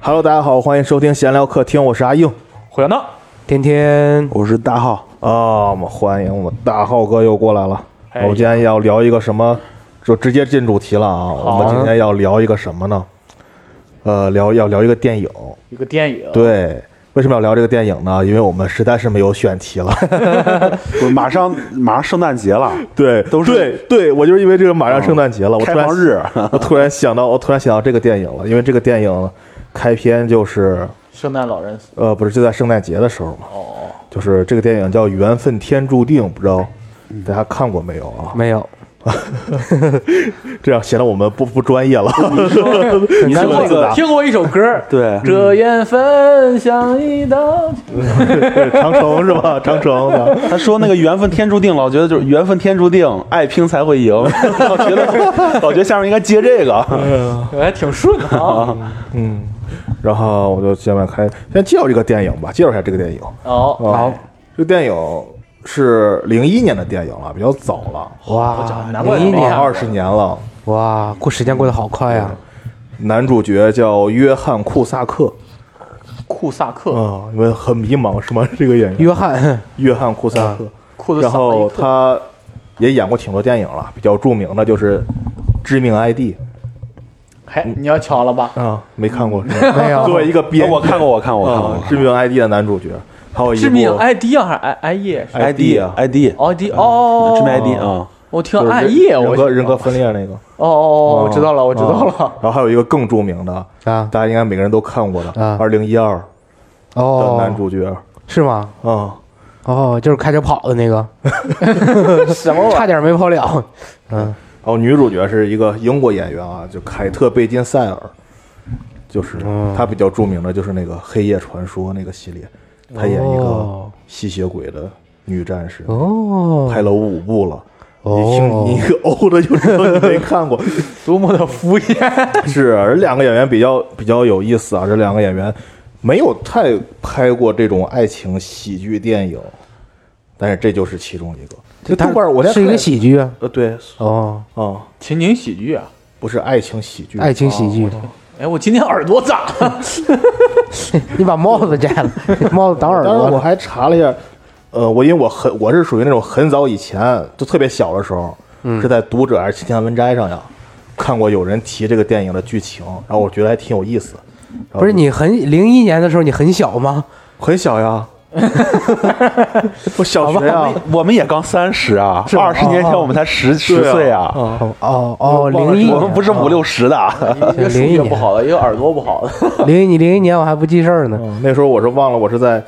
Hello，大家好，欢迎收听闲聊客厅，我是阿硬。火药呢？天天我是大浩，啊，我们欢迎我们大浩哥又过来了。哎我们今天要聊一个什么？就直接进主题了啊！我们今天要聊一个什么呢？呃，聊要聊一个电影。一个电影，对，为什么要聊这个电影呢？因为我们实在是没有选题 了。我马上马上圣诞节了，对，都是对对，我就是因为这个马上圣诞节了，我突开然放日啊 我突然想到，我突然想到这个电影了，因为这个电影开篇就是圣诞老人呃，不是就在圣诞节的时候嘛。哦。就是这个电影叫《缘分天注定》，不知道嗯大家看过没有啊？没有，这样显得我们不不专业了。 你看说这个那个听过一首歌， 对这缘分像一道，长城是吧？长 城啊的。他说那个缘分天注定，老觉得就是缘分天注定，爱拼才会 赢，老觉得老觉得下 面应该接这个，还挺顺的啊。 然后我就下面开，先介绍这个电影吧，介绍一下这个电影。哦，好，这个电影是零一年的电影了，比较早了，哇，啊难怪零一没年看，二十年了。哇，过时间过得好快啊呀、男主角叫约翰库萨克，库萨克，啊、因为很迷茫，是吗？这个演员约翰，约翰库嗯萨克，裤子然扫了后一特他也演过挺多电影了，比较著名的就是《致命 ID 嘿，你要巧了吧》？啊，没看过是吗？没有作为一个编剧，啊我看过，我看过，我看过啊，《致命 ID》的男主角，还有一部致命 ID 啊，还是 I I E 哎，ID ID 啊 ID， ID 哦，致命 ID 啊，我听就是人 I E，人我格人格分裂那个，哦哦，哦，我知道了，我知道啊了。然后还有一个更著名的啊大家应该每个人都看过的啊嗯《二零一二》的男哦，主角是吗？啊，哦，就是开车跑的那个， 什么？差点没跑了。嗯，然后女主角是一个英国演员啊，就凯特·贝金赛尔，就是哦她比较著名的就是那个《黑夜传说》那个系列，她演一个哦吸血鬼的女战士，哦，拍了五部了。你听哦你一个欧的就知道你没看 过，多么的敷衍，是而两个演员比较比较有意思啊，这两个演员没有太拍过这种爱情喜剧电影，但是这就是其中一个。这豆瓣儿我在是一看个喜剧啊。呃对哦，啊，情景喜剧啊。不是爱情喜剧，爱情喜剧。哎，我今天耳朵咋了？你把帽子摘了， 帽子挡耳当然朵我了。还查了一下，呃，我因为我很我是属于那种很早以前就特别小的时候，是在读者还是青年文摘上呀，看过有人提这个电影的剧情，然后我觉得还挺有意思。然后不是你很零一年的时候你很小吗？很小呀，我小学呀，我们也刚三十啊，二十年前我们才十十对啊岁啊，哦哦哦，零一我们不是五六十的啊，一个数学不好的，一个耳朵不好的。零一你零一年我还不记事儿呢。嗯那时候我是忘了我是在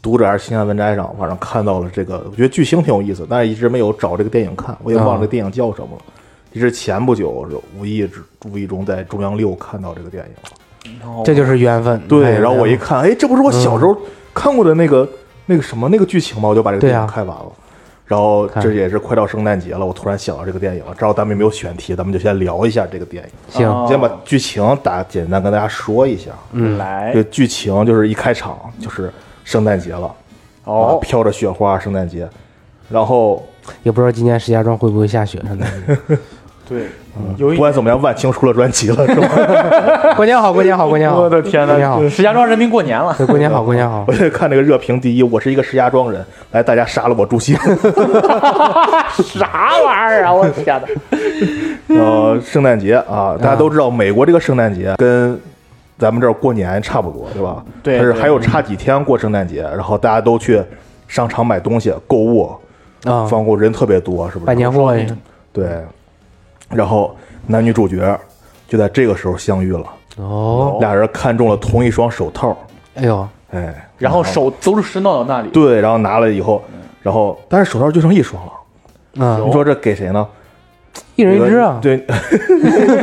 读者还是青年文摘上，反正看到了这个，我觉得剧情挺有意思，但是一直没有找这个电影看，我也忘了这电影叫什么了。一直前不久我是无意之无意中在中央六看到这个电影了。这就是缘分。对，哎然后我一看，哎，这不是我小时候看过的那个、那个什么那个剧情吗？我就把这个对电啊影看完了。然后看这也是快到圣诞节了，我突然想到这个电影了。正好咱们也没有选题，咱们就先聊一下这个电影。行哦先把剧情打简单跟大家说一下。嗯，来这个剧情就是一开场就是圣诞节了，啊哦，飘着雪花，圣诞节。然后也不知道今年石家庄会不会下雪上的。对，有不一管怎么样，万青出了专辑了，是吧？ 过年好，过年好，过年好！我的天过年好呐，，石家庄人民过年了，对，过年好，过 年好我！就看这个热评第一，我是一个石家庄人，来大家杀了我诛心。啥玩意儿啊！我的天呐，嗯呃，圣诞节啊，大家都知道，美国这个圣诞节跟咱们这儿过年差不多，对吧？对但是对还有差几天过圣诞节，然后大家都去商场买东西、购物，啊，放购人特别多，是不是？办年货呀，对。然后男女主角就在这个时候相遇了，哦，俩人看中了同一双手套，哎呦，哎， 然后手都是伸到那里，对，然后拿了以后，然后但是手套就剩一双了，嗯，你说这给谁呢？一人一只啊，对，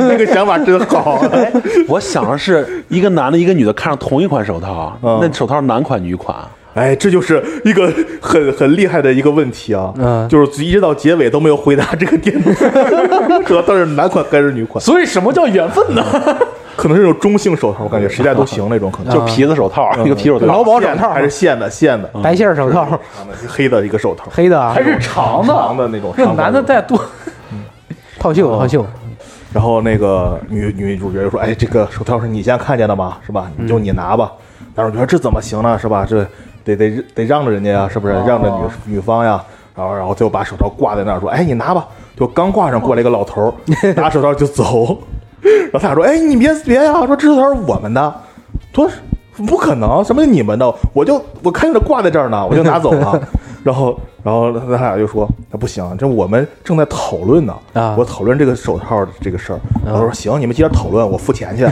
那个想法真好。 我想的是一个男的，一个女的看上同一款手套，那手套男款女款，哎，这就是一个很很厉害的一个问题啊，嗯就是一直到结尾都没有回答这个点，说到底是男款还是女款，所以什么叫缘分呢？可能是那种中性手套，我感觉谁戴都行那种，可能就皮子手套，一个皮手套，劳啊保手套嗯还是线的线的，白线手套，黑的一个手套，黑的啊还，是长的？长的那种 这男的戴多，套袖，套袖，然后那个女女主角就说：“哎，这个手套是你先看见的吗？是吧？你就你拿吧。但是我觉得这怎么行呢？是吧？这得得得让着人家呀，是不是？让着女女方呀。然后然后就把手套挂在那儿，说：“哎，你拿吧。”就刚挂上，过来一个老头儿，拿手套就走。然后他俩说：“哎，你别别呀、说这手套是我们的。”说不可能，什么你们的？我就我看见这挂在这儿呢，我就拿走了。然后，然后他俩就说：“那不行，这我们正在讨论呢。啊我讨论这个手套的这个事儿。”然后说：“行，你们接着讨论，我付钱去。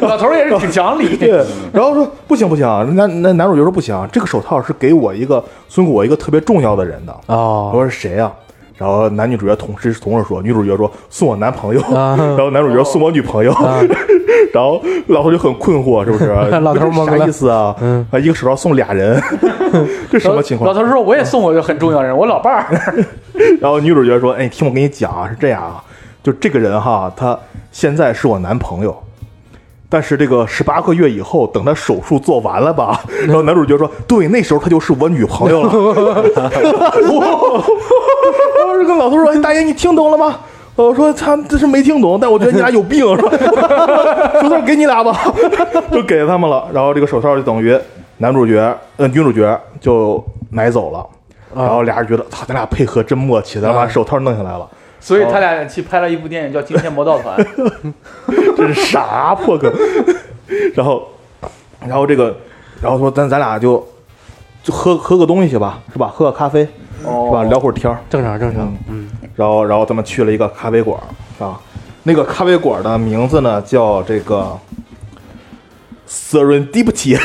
老头儿也是挺讲理”，对，然后说：“不行不行，男男男主角说不行，这个手套是给我一个送给我一个特别重要的人的。”我哦，说：“谁呀、然后男女主角同时同时说，女主角说送我男朋友，啊然后男主角送我女朋友，然后老头就很困惑，是不是？ 老头不懵是啥了意思啊？嗯啊，一个手套送俩人， 这什么情况老？头儿说我也送我个很重要人，我老伴 儿。然后女主角说：“哎，听我跟你讲啊，是这样啊，就这个人哈，他现在是我男朋友，但是这个十八个月以后，等他手术做完了吧。”然后男主角说：“对，那时候他就是我女朋友了。 我”我是跟老头说：“哎，大爷，你听懂了吗？”我说他这是没听懂，但我觉得你俩有病，是吧？ 手套给你俩吧， 就给他们了。然后这个手套就等于男主角呃女主角就买走了。然后俩人觉得，操，咱俩配合真默契，咱俩把手套弄下来了， 所以哦他俩去拍了一部电影叫《惊天魔盗团》，这是啥破梗？ 然后，然后这个，然后说，咱咱俩就就喝喝个东西去吧，是吧？喝个咖啡，哦是吧？聊会儿天儿。正常正常，嗯嗯然后，然后他们去了一个咖啡馆儿啊，那个咖啡馆儿的名字呢叫这个 Serendipity，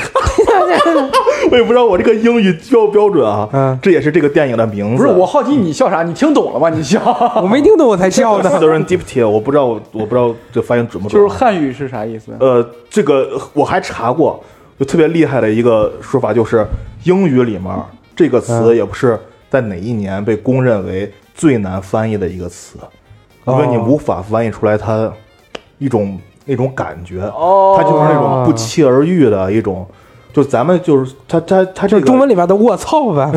我也不知道我这个英语标不标准啊。嗯这也是这个电影的名不字。是我好奇你笑啥？你听懂了吗？你笑， 我没听懂我才笑呢。 Serendipity，我不知道我我不知道这发音准不就准是啊。汉语是啥意思？呃，这个我还查过，就特别厉害的一个说法，就是英语里面这个嗯词也不是在哪一年被公认为最难翻译的一个词，哦因为你无法翻译出来它一种那种感觉，哦它就是那种不期而遇的一种。就咱们就是它它它这就个中文里边的我操呗，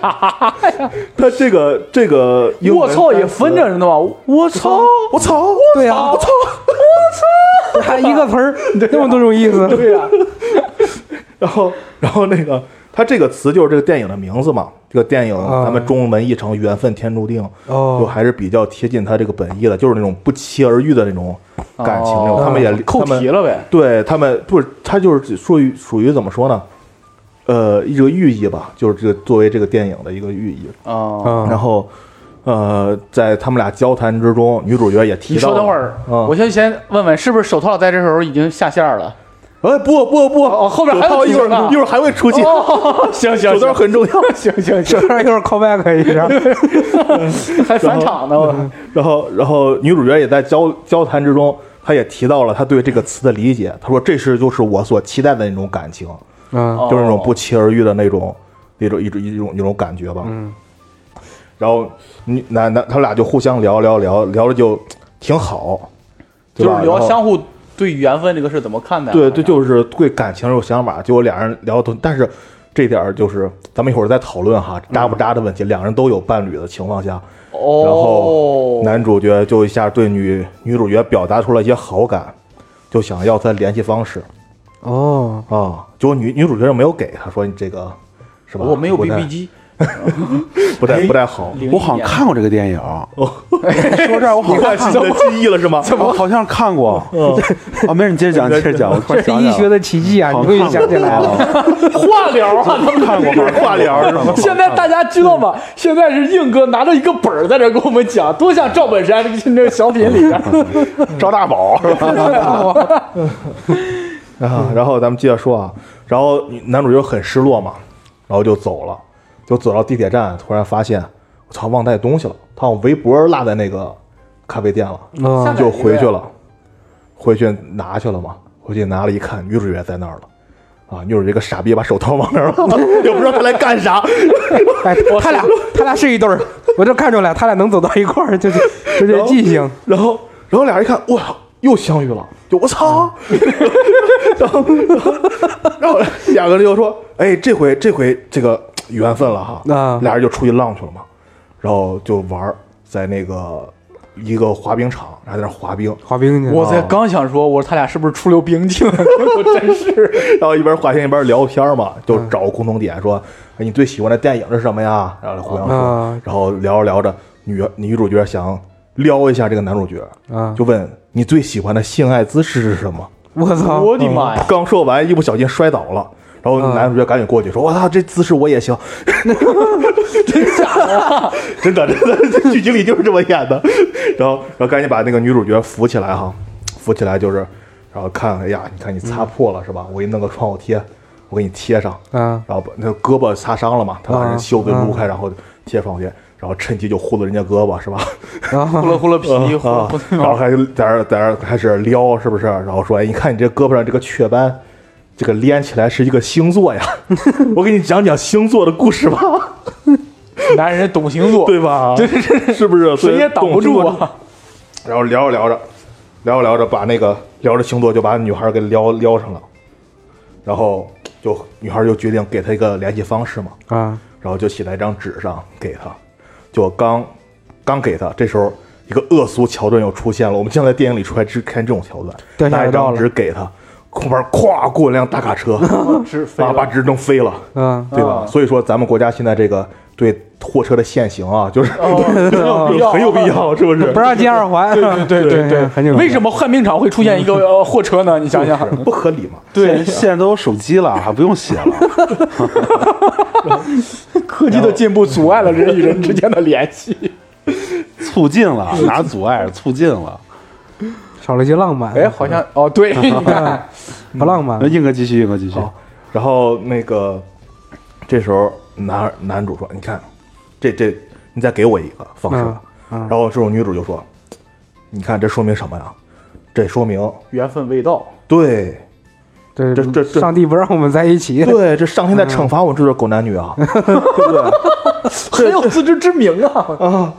它这个这个英文我操也单词分着呢吧？我操！我操对呀，我操，我操，还一个词儿那么多种意思， 对 呀、然后，然后那个，它这个词就是这个电影的名字嘛。这个电影嗯啊咱们中文译成“缘分天注定”，哦就还是比较贴近它这个本意的，就是那种不期而遇的那种感情。那种哦他们也扣题，了呗他们。对他们不是，它就是属于属于怎么说呢？呃，一个寓意吧，就是这个作为这个电影的一个寓意。啊、嗯然 后，呃，在他们俩交谈之中，女主角也提你到稍了，等会儿，嗯我先先问问，是不是手套在这时候已经下线了？哎，不不不，哦后面还有手套一会提醒呢儿一会儿还会出现，哦，行行手行套很重要。行行这行，边一会儿 callback 一下，还返场呢，我然后，然后女主角也在交交谈之中，她也提到了她对这个词的理解。她说：“这是就是我所期待的那种感情，嗯，就是那种不期而遇的那种、那种一种一种一种感觉吧。”嗯。然后女男男他们俩就互相聊聊聊聊的就挺好，对就吧是然聊后相互对缘分这个事怎么看待？对对，就是对感情有想法，结果俩人聊的都，但是这点儿就是咱们一会儿再讨论哈，渣不渣的问题，两人都有伴侣的情况下，嗯哦，然后男主角就一下对女女主角表达出了一些好感，就想要她联系方式哦，啊。结果女女主角就没有给，她说你这个是吧？我没有不太 BB 机，不太不太好。零一我好像年看过这个电影，说这儿我好你看你的记忆了是 吗？我哦好像看过。哦啊，没事，你接着讲，接着讲。我突这然是想医起学来了哦的奇迹啊！你终于想起来了，了，化疗啊，他们看过吗？化疗是吗现在大家知道吗？现在是硬哥拿着一个本儿在这跟我们讲，多像赵本山那个小品里边儿。赵大宝是吧？ 啊，然后咱们接着说啊，然后男主角很失落嘛，然后就走了，就走到地铁站，突然发现我操忘带东西了，他把围脖落在那个咖啡店了，嗯就回去了，回去拿去了嘛，回去拿了一看，女主角在那儿了。啊，女主角个傻逼把手套往那儿了， 也不知道她来干啥。哎，他俩他俩是一对儿，我就看出来他俩能走到一块儿，就是然就这后记性，然后，然后俩人一看，哇，又相遇了，就我 操！然后，然后两个人就说：“哎，这回这回这个缘分了哈。啊俩人就出去浪去了嘛，然后就玩儿，在那个一个滑冰场，然后在那儿滑冰， 滑冰啊去。我在刚想说，我说他俩是不是出溜冰去了？结果真是然后一边滑行一边聊天嘛，就找共同点，说、哎你最喜欢的电影是什么呀？然后互相说，啊然后聊着聊着，女女主角想撩一下这个男主角，啊就问你最喜欢的性爱姿势是什么？我哦操！我的妈呀！刚说完，一不小心摔倒了。然后男主角赶紧过去说：“我操，这姿势我也行，真假的，真的真的，这剧情里就是这么演的。”然后，然后赶紧把那个女主角扶起来哈，扶起来就是，然后看，哎呀，你看你擦破了是吧？我给你弄个创口贴，我给你贴上，啊然后把那个胳膊擦伤了嘛，他把人啊袖子撸开，然后贴创口贴，然后趁机就护了人家胳膊是吧？ 啊呼噜呼噜皮，呼噜啊呼噜，然后还在那儿在那儿开始撩，是不是？然后说，哎，你看你这胳膊上这个雀斑，这个连起来是一个星 座呀。我给你讲讲星座的故事吧，男人懂星座，对吧？ 对对对是不是？所 以谁也挡不住懂星座。啊！然后聊着聊着，聊着聊着，把那个聊着星座就把女孩给撩撩上了，然后就女孩就决定给他一个联系方式嘛。啊然后就写在一张纸上给他，就我刚刚给他，这时候一个恶俗桥段又出现了，我们经常在电影里出来只看这种桥掉段，下拿来一到张了纸给他，后边咵过辆大卡车，是飞把把了，纸弄飞了，啊！对吧？啊所以说咱们国家现在这个对货车的限行啊，就是有必要很有必要，是不是？不让接二环。对对对对很久。为什么旱冰场会出现一个呃货车呢？你想想，是不合理嘛？对现在都有手机了，还不用写了。科技的进步阻碍了人与人之间的联系。促进了，哪阻碍？促进了。少了一些浪 漫？啊哎，好像哦， 对，你看，不浪漫那。硬哥继续，硬哥继续。哦好，然后那个这时候男男主说：“你看，这这，你再给我一个方式。嗯嗯然后这时候女主就说：“你看，这说明什么呀？这说明缘分未到，对对这这这上帝不让我们在 一起。对，这上天在惩罚我们这对狗男女啊，对不对？很有自知之明啊！啊，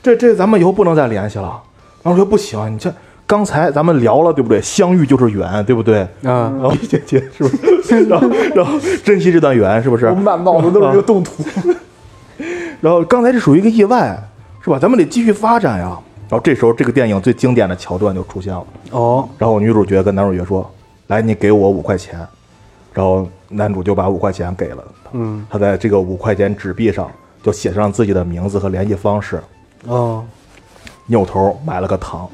这这咱们以后不能再联系了。”然后我说：“不行，你这刚才咱们聊了，对不对？相遇就是缘，对不对？”啊然后 姐姐是不是？ 然后然后珍惜这段缘，是不 是？我满脑子都是一个动图，然后刚才这属于一个意外，是吧？咱们得继续发展呀。然后这时候，这个电影最经典的桥段就出现了。哦然后女主角跟男主角说：“来，你给我五块钱。”然后男主就把五块钱给了他。嗯，他在这个五块钱纸币上就写上自己的名字和联系方式，哦扭头买了个糖，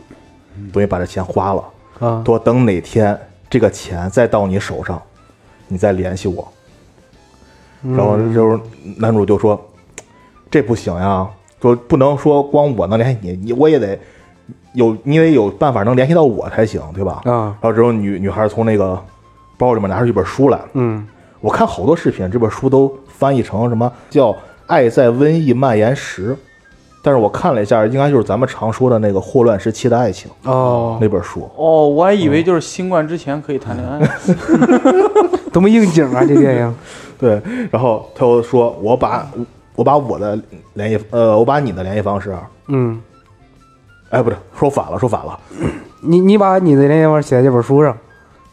嗯等于把这钱花了。啊说等哪天这个钱再到你手上，你再联系我。然后就是男主就说：“这不行呀，说不能说光我能联系你，你我也得有，你得有办法能联系到我才行，对吧？”啊然后之后女女孩从那个包里面拿出一本书来，嗯我看好多视频，这本书都翻译成什么叫《爱在瘟疫蔓延时》，但是我看了一下，应该就是咱们常说的那个霍乱时期的爱情哦，那本书。哦，我还以为就是新冠之前可以谈恋爱，多么应景啊！这电影 对，然后他又说：“我把我把我的联系呃，我把你的联系方式，嗯，哎，不对，说反了，说反了，你你把你的联系方式写在这本书上，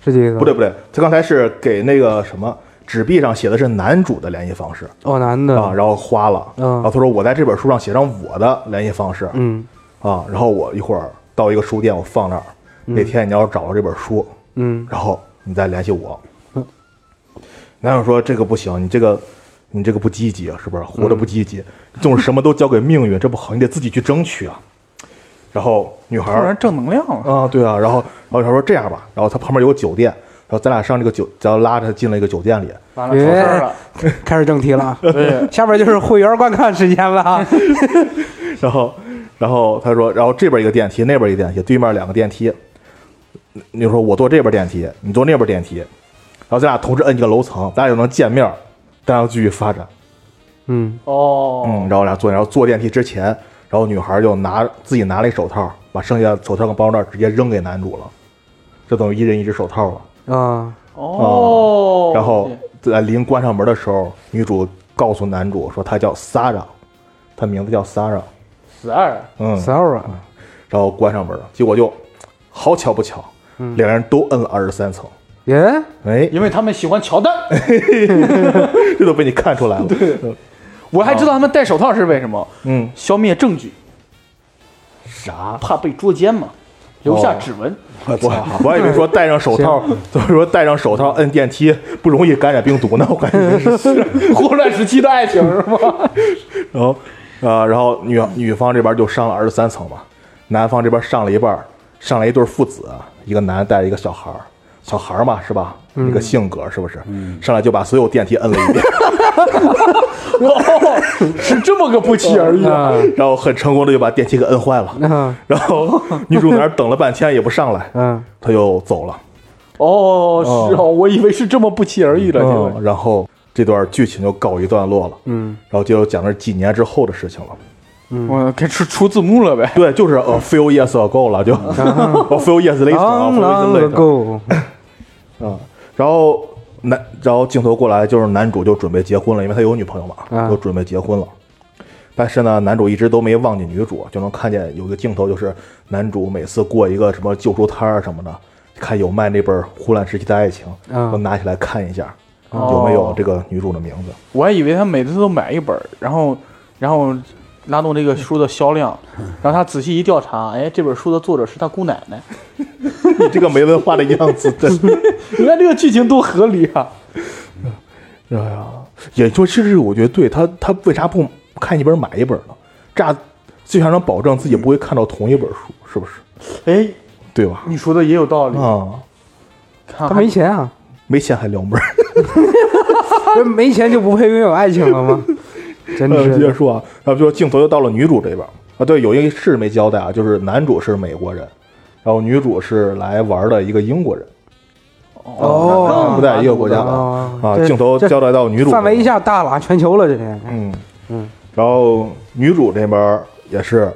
是这意思吗？不对不对，他刚才是给那个什么纸币上写的是男主的联系方式哦，男的啊，然后花了，嗯然后他说我在这本书上写上我的联系方式嗯啊，然后我一会儿到一个书店我放那儿，哪天你要是找到这本书，嗯然后你再联系我。男友说这个不行，你这个你这个不积极，啊是不是活得不积极？总是什么都交给命运，这不好，你得自己去争取啊。然后女孩突然儿正能量了。啊，对啊，然后然后他说这样吧，然后他旁边有个酒店，然后咱俩上这个酒，然后拉着他进了一个酒店里，完了，出事儿了。开始正题了啊，对，下边就是会员观看时间了啊。然后然后他说，然后这边一个电梯，那边一个电梯，对面两个电梯。你说我坐这边电梯，你坐那边电梯，然后咱俩同时摁一个楼层，咱俩就能见面儿，咱俩就继续发展。嗯 哦，嗯，然后俩坐，然后坐电梯之前，然后女孩就拿自己拿了一手套，把剩下的手套跟包袋直接扔给男主了，这等于一人一只手套了。啊哦，然后在临关上门的时候，女主告诉男主说她叫 Sara，她名字叫 Sara，死二，嗯， ，Sarah 然后关上门了，结果就好巧不巧，两人都摁了二十三层，耶，嗯哎，因为他们喜欢乔丹，这都被你看出来了，对，我还知道他们戴手套是为什么，嗯，消灭证据。啥？怕被捉奸嘛，留下指纹。 我我还以为说戴上手套，就是说戴上手套摁电梯不容易感染病毒呢。我感觉是。霍乱时期的爱情 是吗？然后，呃，然后女女方这边就上了二十三层嘛，男方这边上了一半儿，上来一对父子，一个男的带着一个小孩儿，小孩儿嘛是吧？一个性格是不是？上来就把所有电梯摁了一 遍，哦，是这么个不期而遇啊。啊然后很成功的就把电梯给摁坏了。啊然后女主在那儿等了半天也不上来，嗯，她就走了。哦，是哦，我以为是这么不期而遇的，结果哦嗯，然后这段剧情就告一段落了。嗯，然后就讲的是几年之后的事情了。我该出出字幕了呗。对，就是 a few years ago 了，就 a few years later，a ，long few long years later。 ago，啊，然后男，然后镜头过来就是男主就准备结婚了，因为他有女朋友嘛，啊就准备结婚了。但是呢，男主一直都没忘记女主，就能看见有个镜头，就是男主每次过一个什么旧书摊儿什么的，看有卖那本《胡乱时期的爱情》，啊我拿起来看一下，有没有这个女主的名字。 我还以为他每次都买一本儿，然后然后拉动这个书的销 量，然后他仔细一调查，哎，这本书的作者是他姑奶奶。你这个没文化的样子，真是。你看这个剧情多合理啊！哎呀，也就其实我觉得对他，他为啥不看一本买一本呢？这样最少能保证自己不会看到同一本书，是不是？哎，对吧？你说的也有道理。啊，看他没钱 啊，没钱还两本儿。这没钱就不配拥有爱情了 吗？真呃，接着是说啊，然后 就镜头又到了女主这边儿啊，对，有一个事没交代啊，就是男主是美国人，然后女主是来玩儿的一个英国人，哦不在一个国家的哦啊。这镜头这交代到女主范围这一边下大了，全球了，这是嗯嗯，然后女主这边儿也是，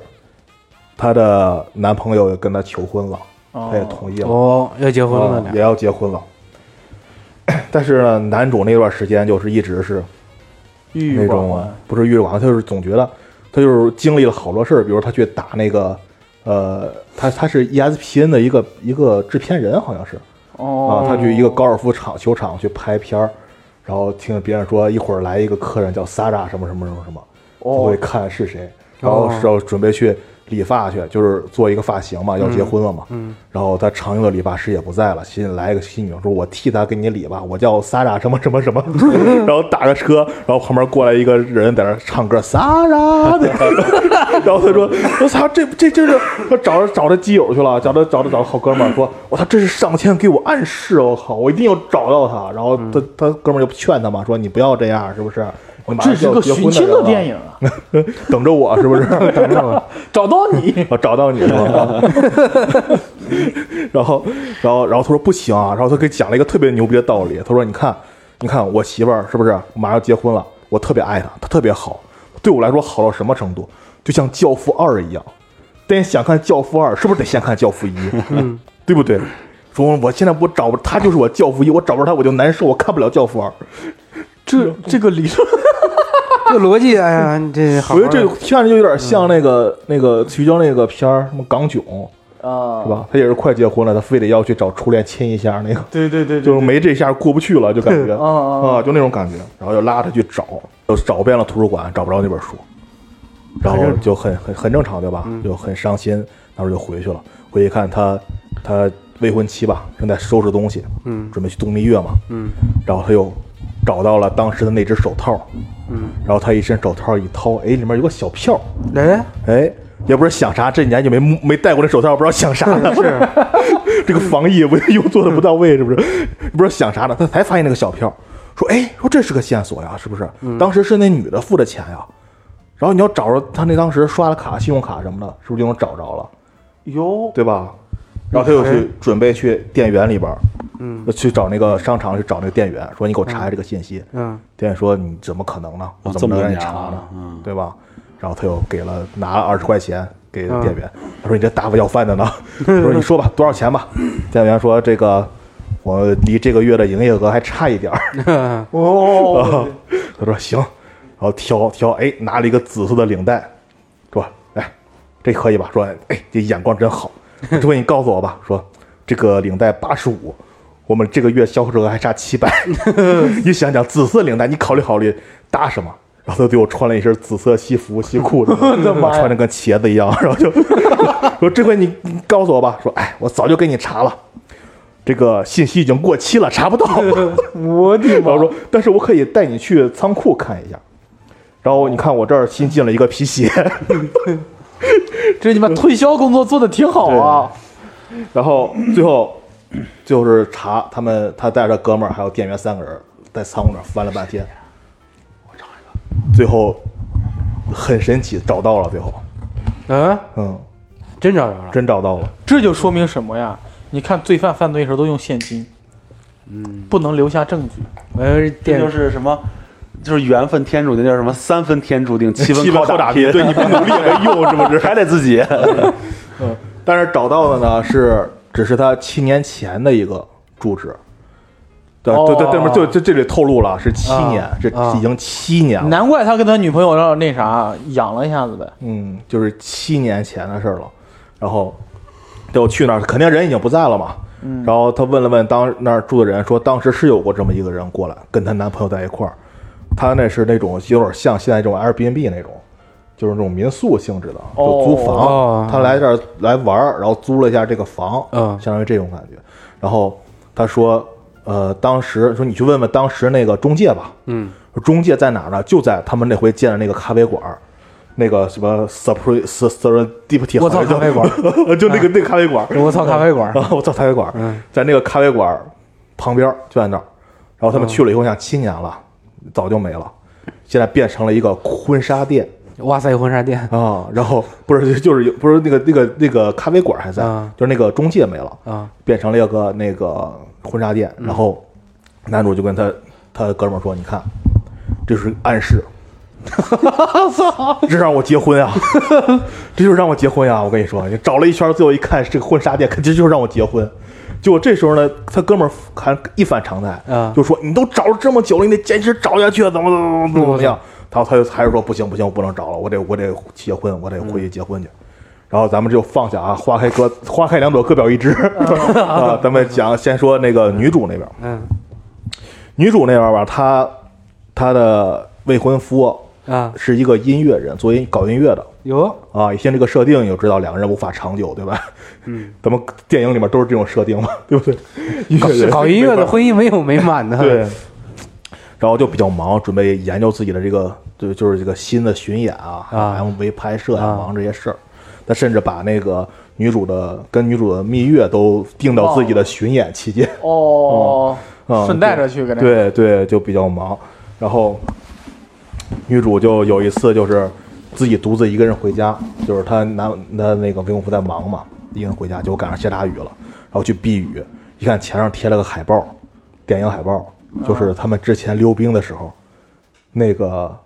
她的男朋友也跟她求婚了，她也同意了，哦，要结婚啊了也呢，要结婚了。 但是呢，男主那段时间就是一直是郁那郁种寡啊欢，，不是郁郁寡欢，他就是总觉得他就是经历了好多事儿，比如他去打那个呃，他他是 ESPN 的一个一个制片人，好像是啊，哦，他去一个高尔夫场球场去拍片儿，然后听别人说一会儿来一个客人叫 Sara 什么什么什么什么，哦他哦会看是谁，然后是要准备去理发去，就是做一个发型嘛，要嗯结婚了嘛，然后他常用的理发师也不在了，新来一个新女生说，我替他给你理吧，我叫 Sara 什么什 么什么，然后打个车，然后旁边过来一个人在那唱歌 Sara，然后他说，我操，这这这是他找着找着基友去了，找着找着找着好哥们儿说，我操，这是上天给我暗示，我靠，我一定要找到他，然嗯后他他哥们儿就劝他嘛，说你不要这样，是不是？你马上这是就要个结寻婚亲人的了电影啊！等着我是不 是？找到你，我找到你了。 然后，然后，然后他说不行啊，然后他给讲了一个特别牛逼的道理。他说：“你看，你看我媳妇儿是不是马上要结婚了？我特别爱她，她特别好，对我来说好到什么程度？就像《教父二》一样。但你想看《教父二》，是不是得先看《教父一》？嗯，对不对？说我现在我找不，他就是我《教父一》，我找不着他我就难受，我看不了《教父二》。这这个理论这逻辑，哎呀，你这好我好觉的，得这听上去就有点像那个、那个徐峥那个片儿，什么港囧。”啊呃是，哦吧？他也是快结婚了，他非得要去找初恋亲一下，那个 对对对就对，哦是没这下过不去了，就感 觉啊啊啊，就那种感觉。然后就拉他去找，就找遍了图书馆，找不着那本书，然后就很很很正常，对吧？嗯就很伤心，当时就回去了。回去一看他他未婚妻吧，正在收拾东西，嗯，准备去度蜜月嘛，嗯，然后他又找到了当时的那只手套，嗯，然后他一伸手套一掏，哎，里面有个小票，哎，哎，也不是想啥，这年就没没戴过这手套，不知道想啥呢。是， 这个防疫不又做的不到位，是不是？不知道想啥呢，他才发现那个小票，说哎，说这是个线索呀，是不是？当时是那女的付的钱呀，然后你要找着他那当时刷了卡、信用卡什么的，是不是就能找着了？哟，对吧？然后他又去准备去店员里边，嗯，去找那个商场去找那个店员，说你给我查查这个信息。嗯，店员说你怎么可能呢？我哦怎么能这么多让你年查了呢？嗯对吧？然后他又给了拿了二十块钱给店员，他说你这大不要饭的呢？我说你说吧，多少钱吧？店员说这个我离这个月的营业额还差一点儿。哦， 他说行，然后挑挑，哎，拿了一个紫色的领带，说，哎，这可以吧？说，哎，这眼光真好。这位你告诉我吧， 说这个领带八十五，我 们这个月销售额还差七百。你想想，紫色领带，你考虑考虑搭什么？然后他对我穿了一身紫色西服、西裤 子，我的妈呀穿着跟茄子一样， 然后就说：“这回你你告诉我吧。”说：“哎，我早就给你查了，这个信息已经过期了，查不到。” 我的然妈后！说：“ 但是我可以带你去仓库看一下。”然后你看我这儿新进了一个皮鞋，这你妈推销工作做的挺好啊！然后最后就是查他们，他带着哥们儿还有店员三个人在仓库那儿翻了半天，我找一个，最后很神奇找到了，最后嗯，嗯，真找着了。真找到了，这就说明什么呀？你看罪犯犯罪的时候都用现金，嗯，不能留下证据。我要是这电就是什么？就是缘分天注定，叫什么？三分天注 定，七分分靠打拼。对你不努力没用是不是？还得自 己。 但是找到的呢是只是他七年前的一个住址。对对对，对面就就这里透露了是七年，这已经七年了，难怪他跟他女朋友让那啥养了一下子呗。嗯，就是七年前的事儿了。然后对我去那儿，肯定人已经不在了嘛。嗯然后他问了问当那儿住的人，说当时是有过这么一个人过来，跟她男朋友在一块儿。她那是那种有点像现在这种 Airbnb 那种，就是那种民宿性质的，就租房。哦她来这儿来玩儿，然后租了一下这个房，嗯相当于这种感觉。然后她说，呃，当时说你去问问当时那个中介吧，嗯，中介在哪儿呢？就在他们那回建的那个咖啡馆哦儿。那个什么 surprise serendipity，我操好像叫咖啡馆， 嗯就那个那个咖啡馆，我操咖啡 馆，然后我到咖啡馆，在那个咖啡馆旁边儿就在那儿，然后嗯他们去了以后，像七年了，早就没了，现在变成了一个婚纱店哇塞婚纱店，啊，然后不是就是有不是那个那个那个咖啡馆还在啊，就是那个中介没了啊，变成了一个那个婚纱店，然后男主就跟他他哥们儿说，你看，这是暗示。这让我结婚啊！ 这就是让我结婚啊！我跟你说，你找了一圈，最后一看是这个婚纱店，肯定就是让我结婚。结果这时候呢，他哥们儿还一反常态，啊就说你都找了这么久了，你得坚持找下去，怎么怎么怎么怎么样？然后他就还是说不行不行，我不能找了，我得我得结婚，我得回去结婚去。然后咱们就放下啊，花开各花开两朵，各表一枝啊。咱们讲先说那个女主那边，嗯女主那边吧，她她的未婚夫啊是一个音乐人，做音搞音乐的，有啊，一听这个设定你就知道两个人无法长久，对吧？嗯，咱们电影里面都是这种设定嘛，对不对？音乐人搞音乐的婚姻没有美满的，对，然后就比较忙，准备研究自己的这个，就就是这个新的巡演啊，还有啊 MV 拍摄啊，忙这些事儿。他甚至把那个女主的跟女主的蜜月都定到自己的巡演期间，哦，嗯顺带着去跟那对对，就比较忙。然后女主就有一次就是自己独自一个人回家，就是她男她那个未婚夫在忙嘛，一个人回家，结果赶上下大雨了，然后去避雨，一看墙上贴了个海报，电影海报，嗯就是他们之前溜冰的时候，那个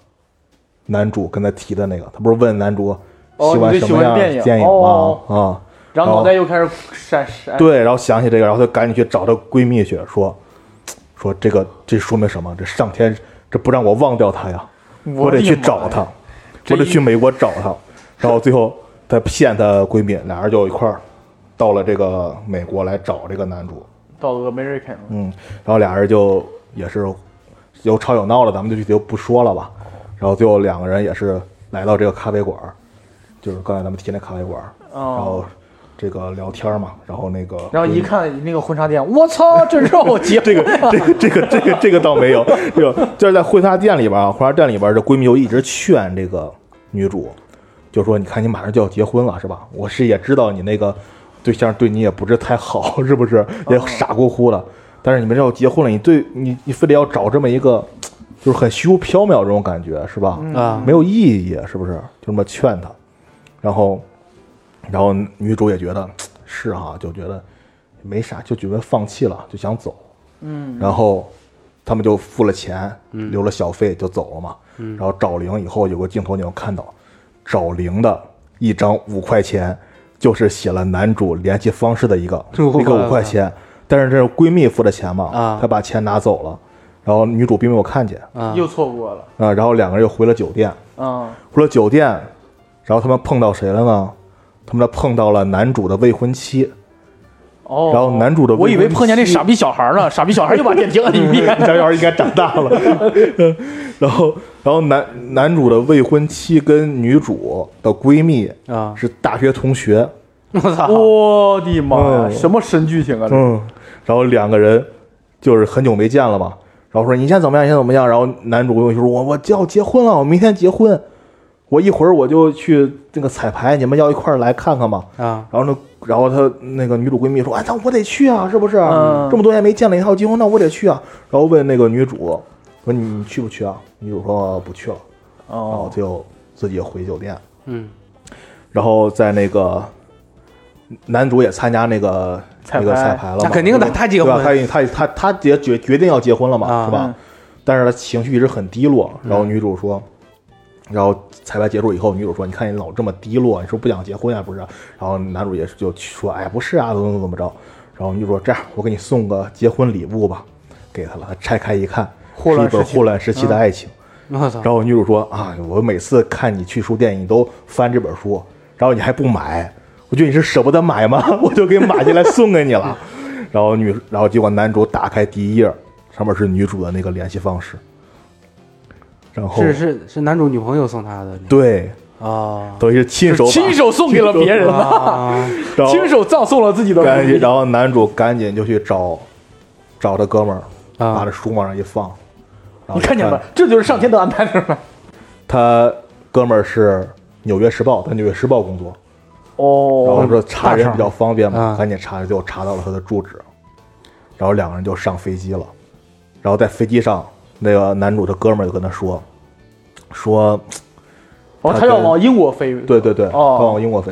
男主跟他提的那个，他不是问男主哦喜你欢最什喜么欢样电的影电影哦吗？啊，然后脑袋又开始闪闪。哎对，然后想起这个，然后她赶紧去找她闺蜜去说，说这个这说明什么？这上天这不让我忘掉她呀，我我得的去妈找呀她，这我得一去美国找她。然后最后她骗她闺蜜，俩人就一块儿到了这个美国来找这个男主。到了 American 了。嗯，然后俩人就也是有吵有闹的，咱们就具体就不说了吧。然后最后两个人也是来到这个咖啡馆儿，就是刚才咱们提那咖啡馆儿，然后这个聊天儿嘛，然后那个哦然后一看那个婚纱店，我操，这让我 结这个这个这个这个这个倒没有，这个就是在婚纱店里边啊，婚纱店里边这闺蜜就一直劝这个女主，就说你看你马上就要结婚了是吧？我是也知道你那个对象对你也不是太好，是不是？也傻乎乎的。但是你们要结婚了，你对你你非得要找这么一个，就是很虚无缥缈这种感觉是吧？啊没有意义，是不是？就这么劝她，然后，然后女主也觉得是哈、就觉得没啥，就觉得放弃了，就想走。嗯，然后他们就付了钱，留了小费就走了嘛。嗯，然后找零以后有个镜头你能看到，找零的一张五块钱，就是写了男主联系方式的一个一个五块钱，但是这是闺蜜付的钱嘛，啊她把钱拿走了，然后女主并没有看见啊、啊 又错过了。然后两个人又回了酒店，嗯，回了酒店，然后他们碰到谁了呢？他们碰到了男主的未婚妻，哦，然后男主的我未以婚为碰见那傻逼小孩呢，傻逼小孩又把电梯摁一遍。 你小孩应该长大了。 然后，然后男男主的未婚妻跟女主的闺蜜啊是大学同学，我操，我的妈呀，嗯什么神剧情啊！这嗯，然后两个人就是很久没见了嘛，然后说你现在怎么样？你现在怎么样？然后男主跟我说我我就要结婚了，我明天结婚，我一会儿我就去那个彩排，你们要一块儿来看看吗？啊，然后呢，然后她那个女主闺蜜说：“哎，那我得去啊，是不是？嗯这么多年没见了，你还要结婚，那我得去啊。”然后问那个女主说：“你你去不去啊？”女主说：“不去了。”然后哦，就自己回酒店。嗯，然后在那个男主也参加那个彩排那个彩排了嘛，那肯定的对吧他结婚对吧他他他他决决决定要结婚了嘛，啊是吧？嗯但是他情绪一直很低落。然后女主说，然后彩排结束以后，女主说：“你看你老这么低落，你是不是不想结婚呀、啊不是？”然后男主也是就说：“哎，不是啊，怎么怎么着？”然后女主说：“这样，我给你送个结婚礼物吧。”给他了，他拆开一看，是霍乱一本时期霍乱时期的爱情。我操，然后女主说啊，我每次看你去书店，你都翻这本书，然后你还不买，我觉得你是舍不得买吗？ 我就给买下来送给你了。然后女，然后结果男主打开第一页，上面是女主的那个联系方式，然后是是是男主女朋友送他的那个对， 啊等于是亲手把亲手送给了别人了，啊，然哦后亲手葬送了自己的赶母紧，亲。然后男主赶紧就去找找他哥们儿，啊把这书往上一放，然后你看见了了，？这就是上天的安排，明白？他哥们儿是《纽约时报》，在《纽约时报》工作，然哦，后说查人比较方便嘛，啊嗯赶紧查，就查到了他的住址，然后两个人就上飞机了，然后在飞机上，那个男主的哥们儿就跟他说，说，哦，他他要跟往英国飞。对对对，哦他往英国飞，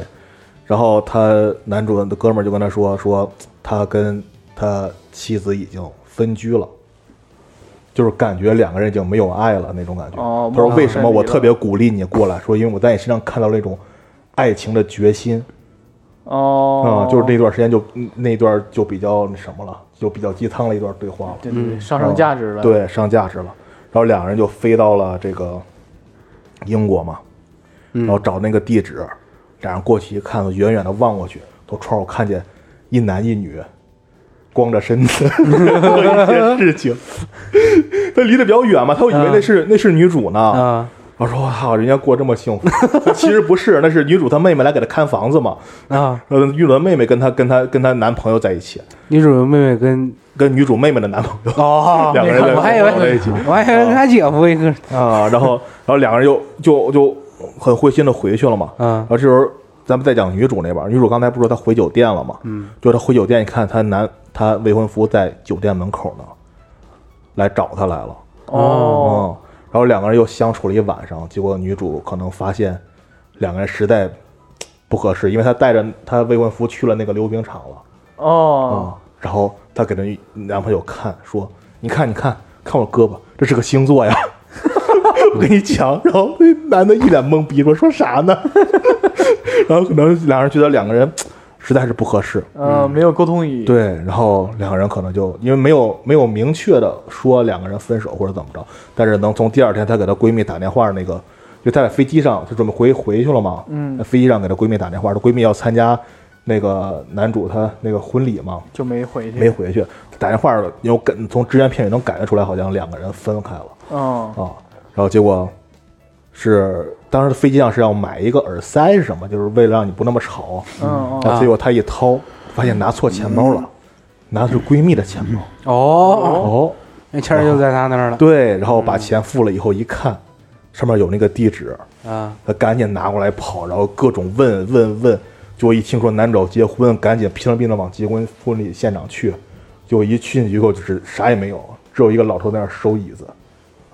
然后他男主的哥们儿就跟他说，说他跟他妻子已经分居了。就是感觉两个人已经没有爱了那种感觉。哦他说：“为什么我陌生特分离别鼓励你过来？说因为我在你身上看到那种爱情的决心。哦啊、，就是那段时间就嗯那段就比较那什么了，就比较鸡汤了一段对话了，对对对，上升价值了。，对，上价值了。然后两个人就飞到了这个英国嘛，然后找那个地址，俩人过去一看，远远的望过去，从窗户看见一男一女，光着身子 做一些事情。他离得比较远嘛，他以为那是、那是女主呢。啊我说我靠，人家过这么幸福， 其实不是，那是女主她妹妹来给她看房子嘛。啊！呃，玉伦妹妹跟她跟她跟她男朋友在一起，女主妹妹跟跟女主妹妹的男朋友 啊哦，两个人在我还以为在一起我还以为跟他姐夫一个啊，然后然后两个人又就就很灰心的回去了嘛。嗯然后这时候咱们再讲女主那边儿，女主刚才不是说她回酒店了嘛？嗯，就她回酒店，一看她男她未婚夫在酒店门口呢，来找她来了。哦，嗯，然后两个人又相处了一晚上，结果女主可能发现两个人实在不合适，因为她带着她未婚夫去了那个溜冰场了。哦，啊，然后她给她男朋友看，说：“你看，你看，看我胳膊，这是个星座呀。” 我跟你讲，然后那男的一脸懵逼，说说啥呢？ 然后可能两人觉得两个人实在是不合适，嗯，没有沟通语。，对，然后两个人可能就因为没有没有明确的说两个人分手或者怎么着，但是能从第二天她给她闺蜜打电话那个，就她在飞机上就准备回回去了嘛，嗯，飞机上给她闺蜜打电话，她闺蜜要参加那个男主他那个婚礼嘛，就没回去。没回去，打电话了，有感从只言片语能感觉出来，好像两个人分开了嗯，啊。然后结果是当时飞机上是要买一个耳塞是什么，就是为了让你不那么吵。嗯然后结果她一掏，发现拿错钱包了，拿的是闺蜜的钱包。哦，嗯哦，那签儿就在他那儿了对，然后把钱付了以后一看，上面有那个地址，啊她赶紧拿过来跑，然后各种问问问，就一听说男主要结婚，赶紧拼了命的往结婚婚礼现场去，就一去进去以后就是啥也没有，只有一个老头在那儿收椅子。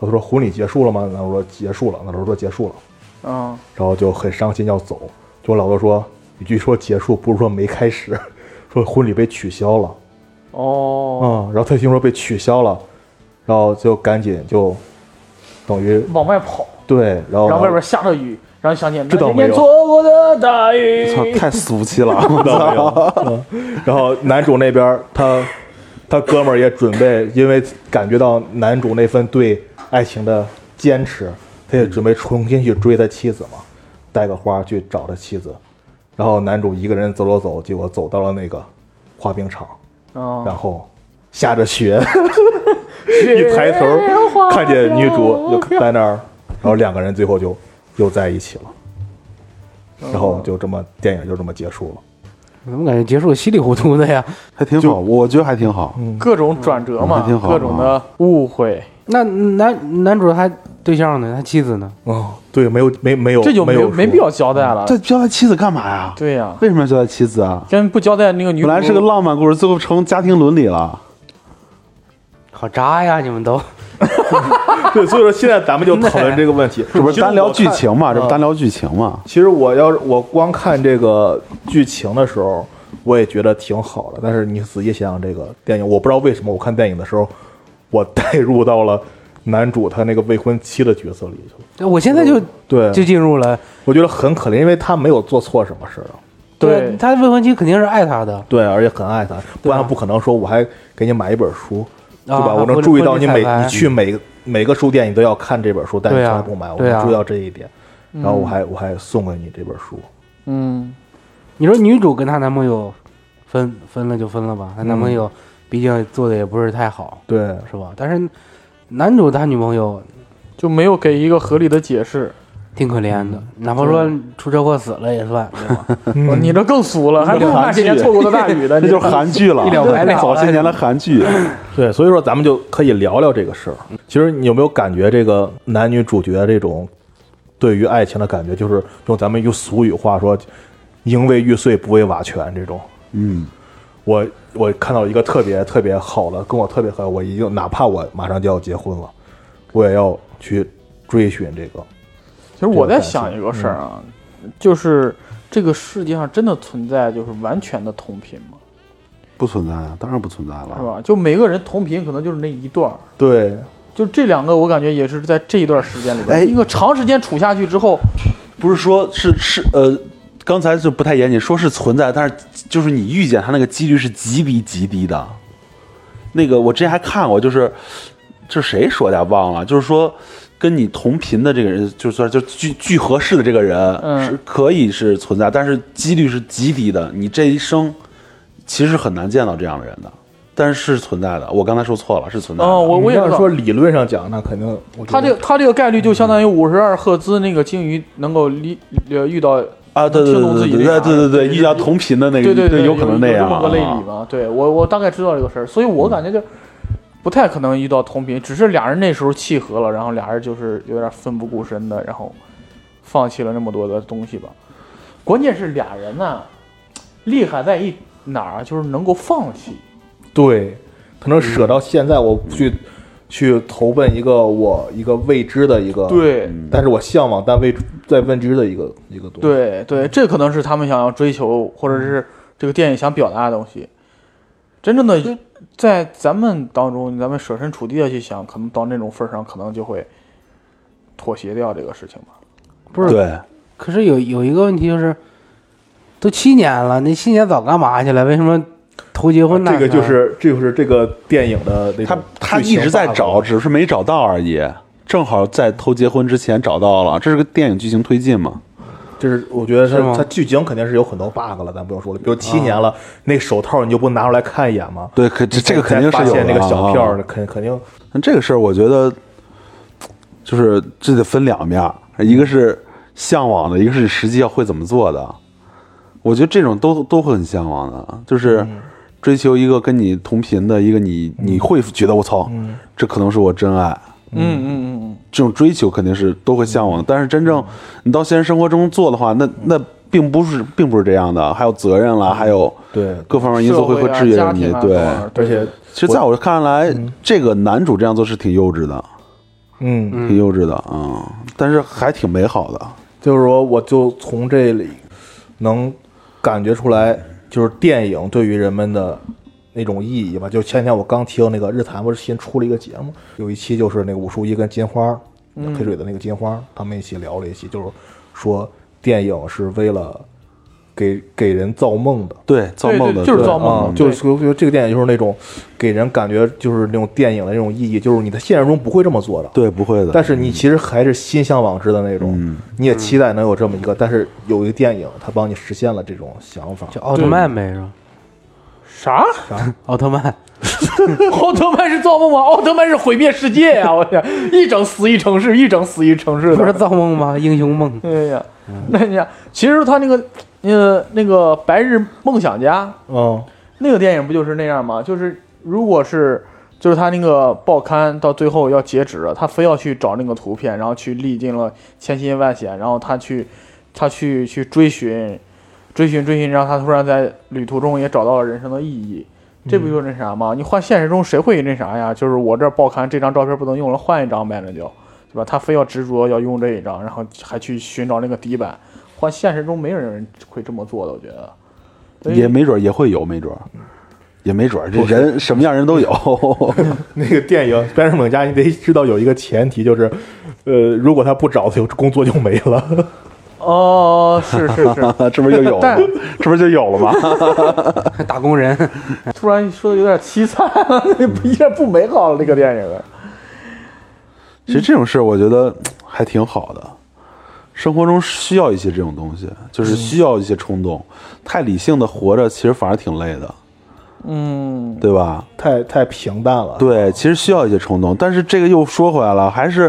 他说婚礼结束了吗？男主说结束了。老头说结束了，嗯，然后就很伤心要走。结果老头说一句说结束，不是说没开始， 说婚礼被取消了。哦，啊、然后他听说被取消了，然后就赶紧就等于往外跑，对，然后然后外边下着雨，然后想起这倒那没有年错过的大雨。操，太俗 气了！然后男主那边儿他他哥们儿也准备，因为感觉到男主那份对爱情的坚持，他也准备重新去追他妻子嘛，带个花去找他妻子。然后男主一个人走走走，结果走到了那个滑冰场，啊，然后下着雪，一抬头看见女主就在那儿，然后两个人最后就又在一起了，然后就这么电影就这么结束了。我怎么感觉结束得稀里糊涂的呀？还挺好，我觉得还挺好。各种转折嗯嘛还挺，好各种的误会，那男男主他对象呢？他妻子呢？哦，对，没有没没有，这就没没有没说必要交代了。这交代妻子干嘛呀？对呀，为什么要交代妻子啊？跟不交代那个女主本来是个浪漫故事，最后成家庭伦理了。好渣呀！你们 都对，所以说现在咱们 就讨论这个问题，这不是单聊剧情嘛？其实我看这不单聊剧情嘛？其实我要是我光看这个剧情的时候，我也觉得挺好的。但是你仔细想想这个电影，我不知道为什么我看电影的时候，我代入到了男主他那个未婚妻的角色里去了。我现在就对，就进入了，我觉得很可怜，因为他没有做错什么事儿啊。对他未婚妻肯定是爱他的，对，而且很爱他，不啊然不可能说我还给你买一本书，对吧？啊我能婚注意到你婚礼每彩排嗯你去每每个书店，你都要看这本书，但你对啊从来不买，我对啊嗯能注意到这一点。然后我还我还送给你这本书，嗯，你说女主跟她男朋友分分了就分了吧，她男朋友毕竟做的也不是太好，对，是吧？但是男主他女朋友就没有给一个合理的解释。挺可怜的，哪怕说出车祸死了也算，对吧？哦你这更俗了，还不如那些年错过 的大雨的，那你就是韩剧了，哎一了百了早些年的韩剧。对，所以说咱们就可以聊聊这个事儿。嗯其实你有没有感觉这个男女主角这种对于爱情的感觉，就是用咱们用俗语话说“宁为玉碎不为瓦全”这种。嗯，我我看到一个特别特别好的，跟我特别合，我已经哪怕我马上就要结婚了，我也要去追寻这个。其实我在想一个事儿啊，就是这个世界上真的存在就是完全的同频吗？不存在啊，当然不存在是了。吧？就每个人同频可能就是那一段儿，对，就这两个我感觉也是在这一段时间里边，哎一个长时间处下去之后，不是说是是呃，刚才就不太严谨，说是存在，但是就是你遇见他那个几率是极低极低的。那个我之前还看过，就是这谁说的呀忘了，就是说跟你同频的这个人，就是说就巨巨合适的这个人，嗯是可以是存在，但是几率是极低的。你这一生其实很难见到这样的人的，但是是存在的。我刚才说错了，是存在的。嗯，我我你也要是知道说，理论上讲，那肯定我觉他得这个他这个概率就相当于五十二赫兹那个鲸鱼能够离呃遇到啊，对对听懂对自己对那啥对对对对，对遇到同频的那个，对对，有可能那有样这啊。嗯么个类比嘛？对我我大概知道这个事儿，所以我感觉就不太可能遇到同频，只是俩人那时候契合了，然后俩人就是有点奋不顾身的，然后放弃了那么多的东西吧。关键是俩人呢、厉害在一哪儿啊，就是能够放弃。对，他能舍到现在，我嗯去去投奔一个我一个未知的嗯一个，对但是我向往但未在未知的一个一个东西。对对，这可能是他们想要追求，或者是这个电影想表达的东西。真正的在咱们当中，咱们设身处地的去想，可能到那种份儿上，可能就会妥协掉这个事情吧。不是，对，可是有有一个问题就是，都七年了，那七年早干嘛去了？为什么头结婚呢？这个就是这就是这个电影的那他种他剧情一直在 bug 找，只是没找到而已。正好在偷结婚之前找到了，这是个电影剧情推进嘛？就是我觉得是吗他他剧情肯定是有很多 bug 了，咱不用说了，比如七年了，那手套你就不拿出来看一眼吗？啊对，可这这个肯定是才有发现的那个小票啊儿，肯肯定但这个事儿，我觉得就是这得分两面儿，一个是向往的，一个是你实际要会怎么做的。我觉得这种都都会很向往的，就是追求一个跟你同频的一个你，你会觉得我操，这可能是我真爱。嗯嗯嗯嗯，这种追求肯定是都会向往的，但是真正你到现实生活中做的话，那那并不是并不是这样的，还有责任啦，还有对各方面因素会嗯社会会啊制约家着你庭。啊对，等等而且其实在我看来，嗯这个男主这样做是挺幼稚的，嗯，挺幼稚的啊、嗯，但是还挺美好的。就是说我就从这里能感觉出来，就是电影对于人们的那种意义吧。就前天我刚听那个日坛不是新出了一个节目，有一期就是那个武术一跟金花嗯配水的那个金花，他们一起聊了一期，就是说电影是为了给给人造梦的。对，造梦的对就是对造梦啊嗯就是说就这个电影就是那种给人感觉就是那种电影的那种意义，就是你在现实中不会这么做的。对，不会的。但是你其实还是心向往之的那种，你也期待能有这么一个，但是有一个电影，它帮你实现了这种想法。就奥特曼呗，是吧？啥？奥特曼，奥特曼是造梦吗？奥特曼是毁灭世界呀、我 天，一整死一城市，一整死一城市不是的。造梦吗？英雄梦， 哎呀，那你想，其实他那个呃那个《白日梦想家》嗯，那个电影不就是那样吗？就是如果是就是他那个报刊到最后要截止了，他非要去找那个图片，然后去历尽了千辛万险，然后他去他去去追寻追寻追寻，然后他突然在旅途中也找到了人生的意义。这不就是那啥吗？你换现实中谁会那啥呀？就是我这报刊这张照片不能用了，换一张呗，那就，对吧？他非要执着要用这一张，然后还去寻找那个底板。换现实中没有人会这么做的，我觉得。所以也没准儿也会有，没准儿，也没准儿，这人什么样人都 有。 那个电影《边上猛家》，你得知道有一个前提，就是，呃，如果他不找，就工作就没了。哦，是是是， 这不是就有了但吗？这不是就有了吗？打工人，突然说的有点凄惨了，有点不美好了。这个电影，其实这种事儿，我觉得还挺好的。生活中需要一些这种东西，就是需要一些冲动。太理性的活着，其实反而挺累的，嗯，对吧？ 太太平淡了。，对，其实需要一些冲动，但是这个又说回来了，还是，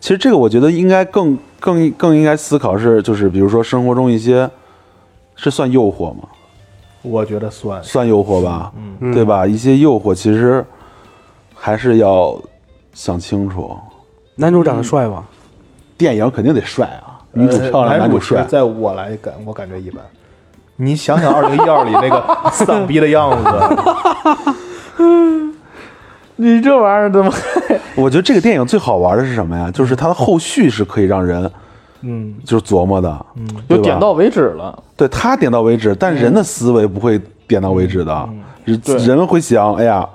其实这个我觉得应该更更更应该思考是，就是比如说生活中一些，是算诱惑吗？我觉得算是算诱惑吧，嗯对吧？一些诱惑其实还是要想清楚。男主长得帅吧？电影肯定得帅啊，女主漂呃亮，男男主主其帅实。在我来感，我感觉一般。你想想二零一二里那 个丧逼的样子，你这玩意儿怎 么？我觉得这个电影最好玩的是什么呀？就是它的后续是可以让人嗯，就是琢磨的，嗯，就点到为止了。对他点到为止，但人的思维不会点到为止的，人人会想，哎呀，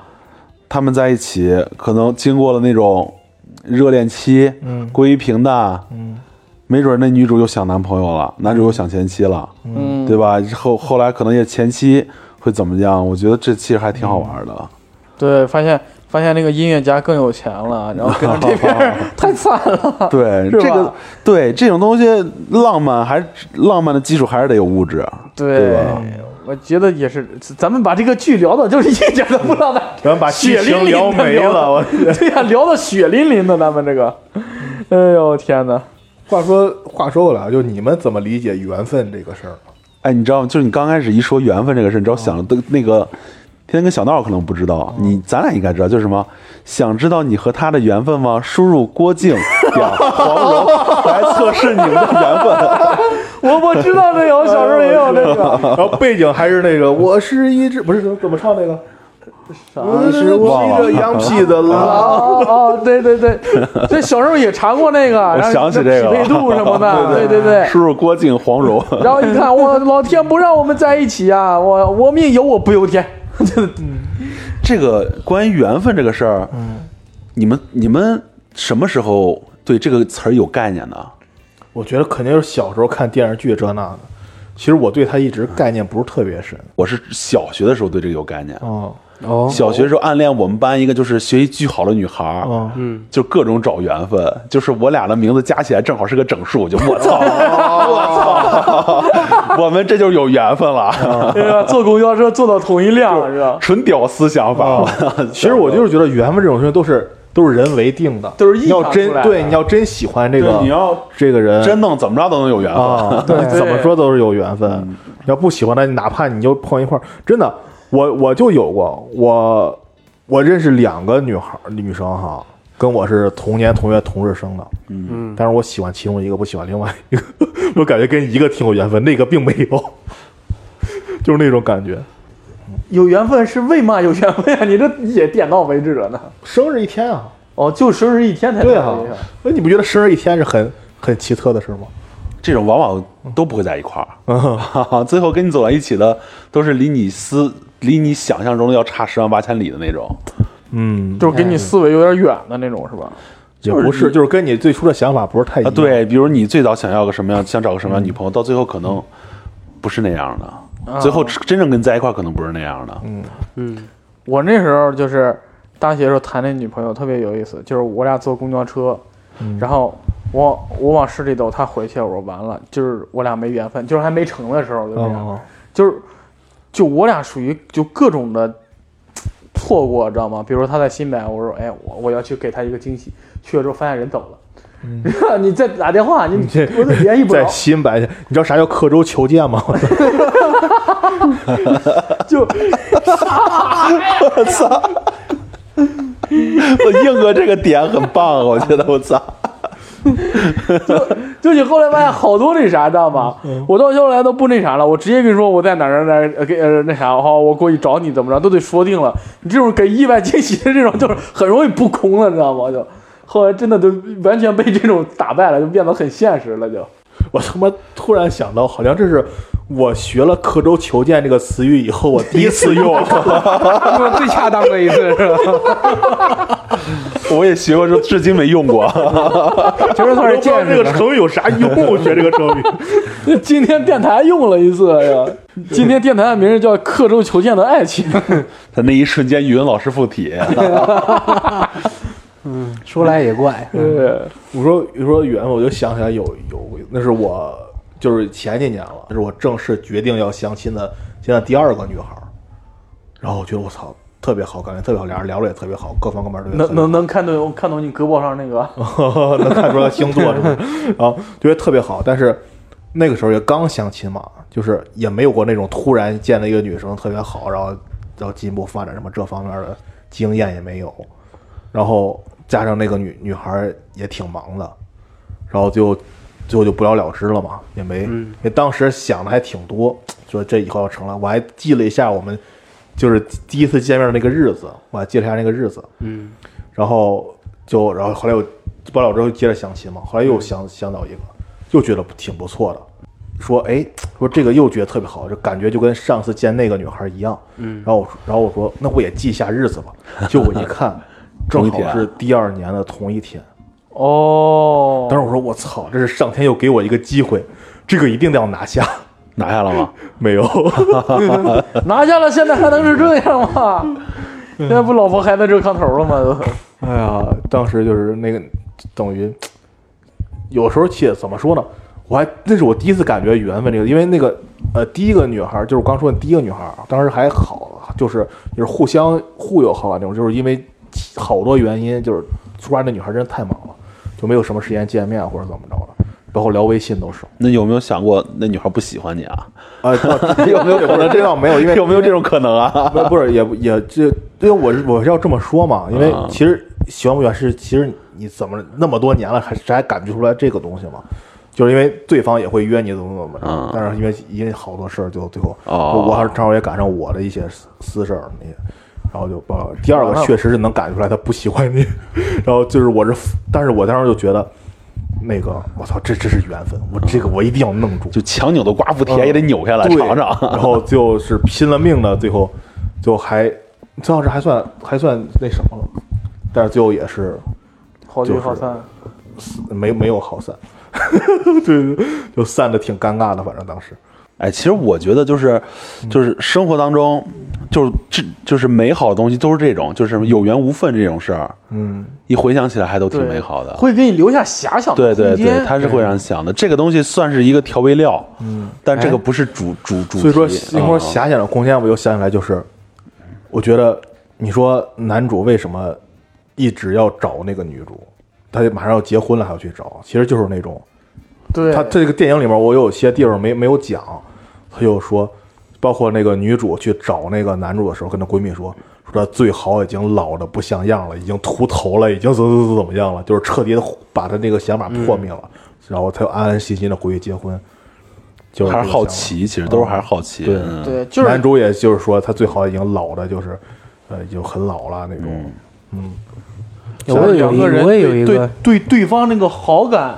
他们在一起可能经过了那种热恋期，嗯，归于平淡，嗯，没准那女主又想男朋友了，男主又想前妻了，嗯，对吧？后后来可能也前妻会怎么样？我觉得这其实还挺好玩的。对，发现发现那个音乐家更有钱了，然后跟着这 边儿太惨 了。对，是吧这个对这种东西，浪漫还是浪漫的基础还是得有物质。啊对吧，我觉得也是，咱们把这个剧聊的，就是一点都不浪漫，然后把 血剧情淋淋聊的没了。我 对呀、聊的血淋淋的，咱们这个，哎呦天哪！话说话说回来，就你们怎么理解缘分这个 事儿？哎，你知道吗？就是你刚开始一说缘分这个事，你知嗯道想的那个，天天跟小闹可能不知道，你咱俩应该知道，就是什么？想知道你和他的缘分吗？输入郭 靖点黄蓉来测试你们的缘分。我我知道这有， 小时候也有这个。 然后背景还是那个，我是一只不是怎么唱那个？我是忘了披着羊皮的狼。哦哦，对对 对，这小时候也查过那个，然后想起这这个匹配度什么 的，对对对。输入郭靖黄蓉，然后一看，我老天不让我们在一起啊！我我命由我不由 天。这个关于缘分这个事儿，嗯你们你们什么时候对这个词儿有概念呢？ 我觉得肯定是小时候看电视剧这那的。其实我对他一直概念不是特别深。我是小学的时候对这个有概念。哦，哦，小学的时候暗恋我们班一个就是学习巨好的女孩儿，哦嗯，就各种找缘分，就是我俩的名字加起来正好是个整数，我就我操，我操，我们这就是有缘分了，对吧？坐公交车坐到同一 辆是吧？纯屌丝想法。其实我就是觉得缘分这种东西都是都是人为定的，都是你臆要想真出来的对你要真喜欢这个，对你要这个人真弄怎么着都能有缘 分，啊，对怎么说都是有缘分。你要不喜欢他，你哪怕你就碰一块儿，真的，我我就有过，我我认识两个女孩女生哈，跟我是同年同月同日生的，嗯，但是我喜欢其中一个，不喜欢另外一个， 我感觉跟一个挺有缘分，那个并没有， 就是那种感觉。有缘分是为嘛有缘分呀、 你这也点到为止了呢。生日一天啊，哦，就生日一天才对到啊这个，那你不觉得生日一天是很很奇特的事吗？这种往往都不会在一块儿， 最后跟你走在一起的都是离你思离你想象中的要差十万八千里的那种。嗯，就是跟你思维有点远的那种是吧？也不是，就是跟你最初的想法不是太一啊，样。对，比如你最早想要个什么样，想找个什么样的女朋友，到最后可能不是那样的，最后真正跟你在一块儿可能不是那样的。嗯我那时候就是大学时候谈那女朋友特别有意思，就是我俩坐公交车，嗯然后我我往市里走，啊她回去，我说完了，就是我俩没缘分，就是还没成的时候就这样，哦，就是就我俩属于就各种的错过，知道吗？比如说他在新北，我说哎，我我要去给他一个惊喜，去了之后发现人走了。 你再打电话，你嗯这我都联系不在着，新白，你知道啥叫刻舟求剑吗？ 就我硬哥这个点很棒，我觉得我 操，就你后来发现好多那啥，知道吗？嗯我到后来都不那啥了，我直接跟你说我在哪儿哪儿哪儿呃给呃那啥，好，我过去找你怎么着，都得说定了。你这种给意外惊喜的这种，就是很容易不空了，你知道吗？就后来真的都完全被这种打败了，就变得很现实了，就。我他妈突然想到，好像这是我学了刻舟求剑这个词语以后，我第一次用。 用 最恰当的一次是吧？我也学过，至今没用过。 全是算是见识这个的。成语有啥用？我学这个成语，今天电台用了一次哎呀， 今天电台的名字叫《刻舟求剑的爱情》。他那一瞬间，语文老师附体， 说来也怪，对， 我说你说远，我就想起来有有，那是我就是前几年了，那是我正式决定要相亲的现在第二个女孩儿，然后我觉得我操特别好，感觉特别好，俩人聊的也特别好，各方各面都能能能看懂看懂你胳膊上那个，能能看出来星座是不是？然后觉得特别好，但是那个时候也刚相亲嘛，就是也没有过那种突然见了一个女生特别好，然后然后进一步发展什么这方面的经验也没有，然后加上那个女女孩儿也挺忙的，然后就最后就不了了之了嘛，也没，嗯因为当时想的还挺多，说这以后要成了，我还记了一下我们就是第一次见面的那个日子，我还记了一下那个日子，嗯，然后就然后后来我不了了之后接着相亲嘛，后来又嗯相相到一个，又觉得挺不错的。说哎，说这个又觉得特别好，就感觉就跟上次见那个女孩一样。嗯，然后我然后我说那我也记一下日子吧，就我一 看，同正一天好是第二年的同一天，哦，当时我说我操，这是上天又给我一个机会，这个一定要拿下。 拿下了吗？没 有，拿下了，现在还能是这样吗？现在不老婆孩子热炕头了吗？都哎呀，当时就是那个等于，有时候且怎么说呢？我还那是我第一次感觉缘分这个，因为那个呃，第一个女孩儿就是我刚说的第一个女孩儿，当时还好，就是就是互相互有好感那种，就是因为好多原因，就是突然那女孩儿真的太忙了，就没有什么时间见面或者怎么着了，包括聊微信 都是。那有没有想过那女孩不喜欢你啊？啊、有没有可能这 倒没有，因为 有没有这种可能啊？ 不不是也不也这，因为我是我是要这么说嘛，因为啊其实喜欢不喜欢是其实你怎么那么多年了还谁还感觉出来这个东西嘛？就是因为对方也会约你怎么怎么啊着，但是因为因为好多事儿就最后，哦我还是正好也赶上我的一些私私事儿那些，然后就把第二个完了确实是能感觉出来他不喜欢你， 然后就是我是，但是我当时就觉得那个我操这这是缘分，我这个我一定要弄住，就强扭的瓜不甜也得扭开来嗯对尝尝。然后就是拼了命的，最后就还最后是还算还算那什么了，但是最后也是好聚好散，没没有好散， 对，就散的挺尴尬的，反正当时哎，其实我觉得就是，嗯就是生活当中，就是这就是美好的东西都是这种，就是有缘无分这种事儿，嗯，一回想起来还都挺对美好的。会给你留下遐想对的空对对，间。他是会让你想的。这个东西算是一个调味料，嗯，但这个不是主主主题。所以说嗯星空遐想的空间，我又想起来就是，我觉得你说男主为什么一直要找那个女主，他马上要结婚了还要去找，其实就是那种对，他这个电影里面，我有些地方没没有讲，他就说，包括那个女主去找那个男主的时候，跟她闺蜜说，说她最好已经老的不像样了，已经秃头了，已经怎么怎么怎么样了，就是彻底的把他那个想法破灭了，然后才安安心心的回去结婚。就是这还个是好想法奇，其实都是还是好奇。对嗯对就是男主也就是说他最好已经老的，就是呃已经很老了那种。我也有两一个人我也有对一对个，对对方那个好感，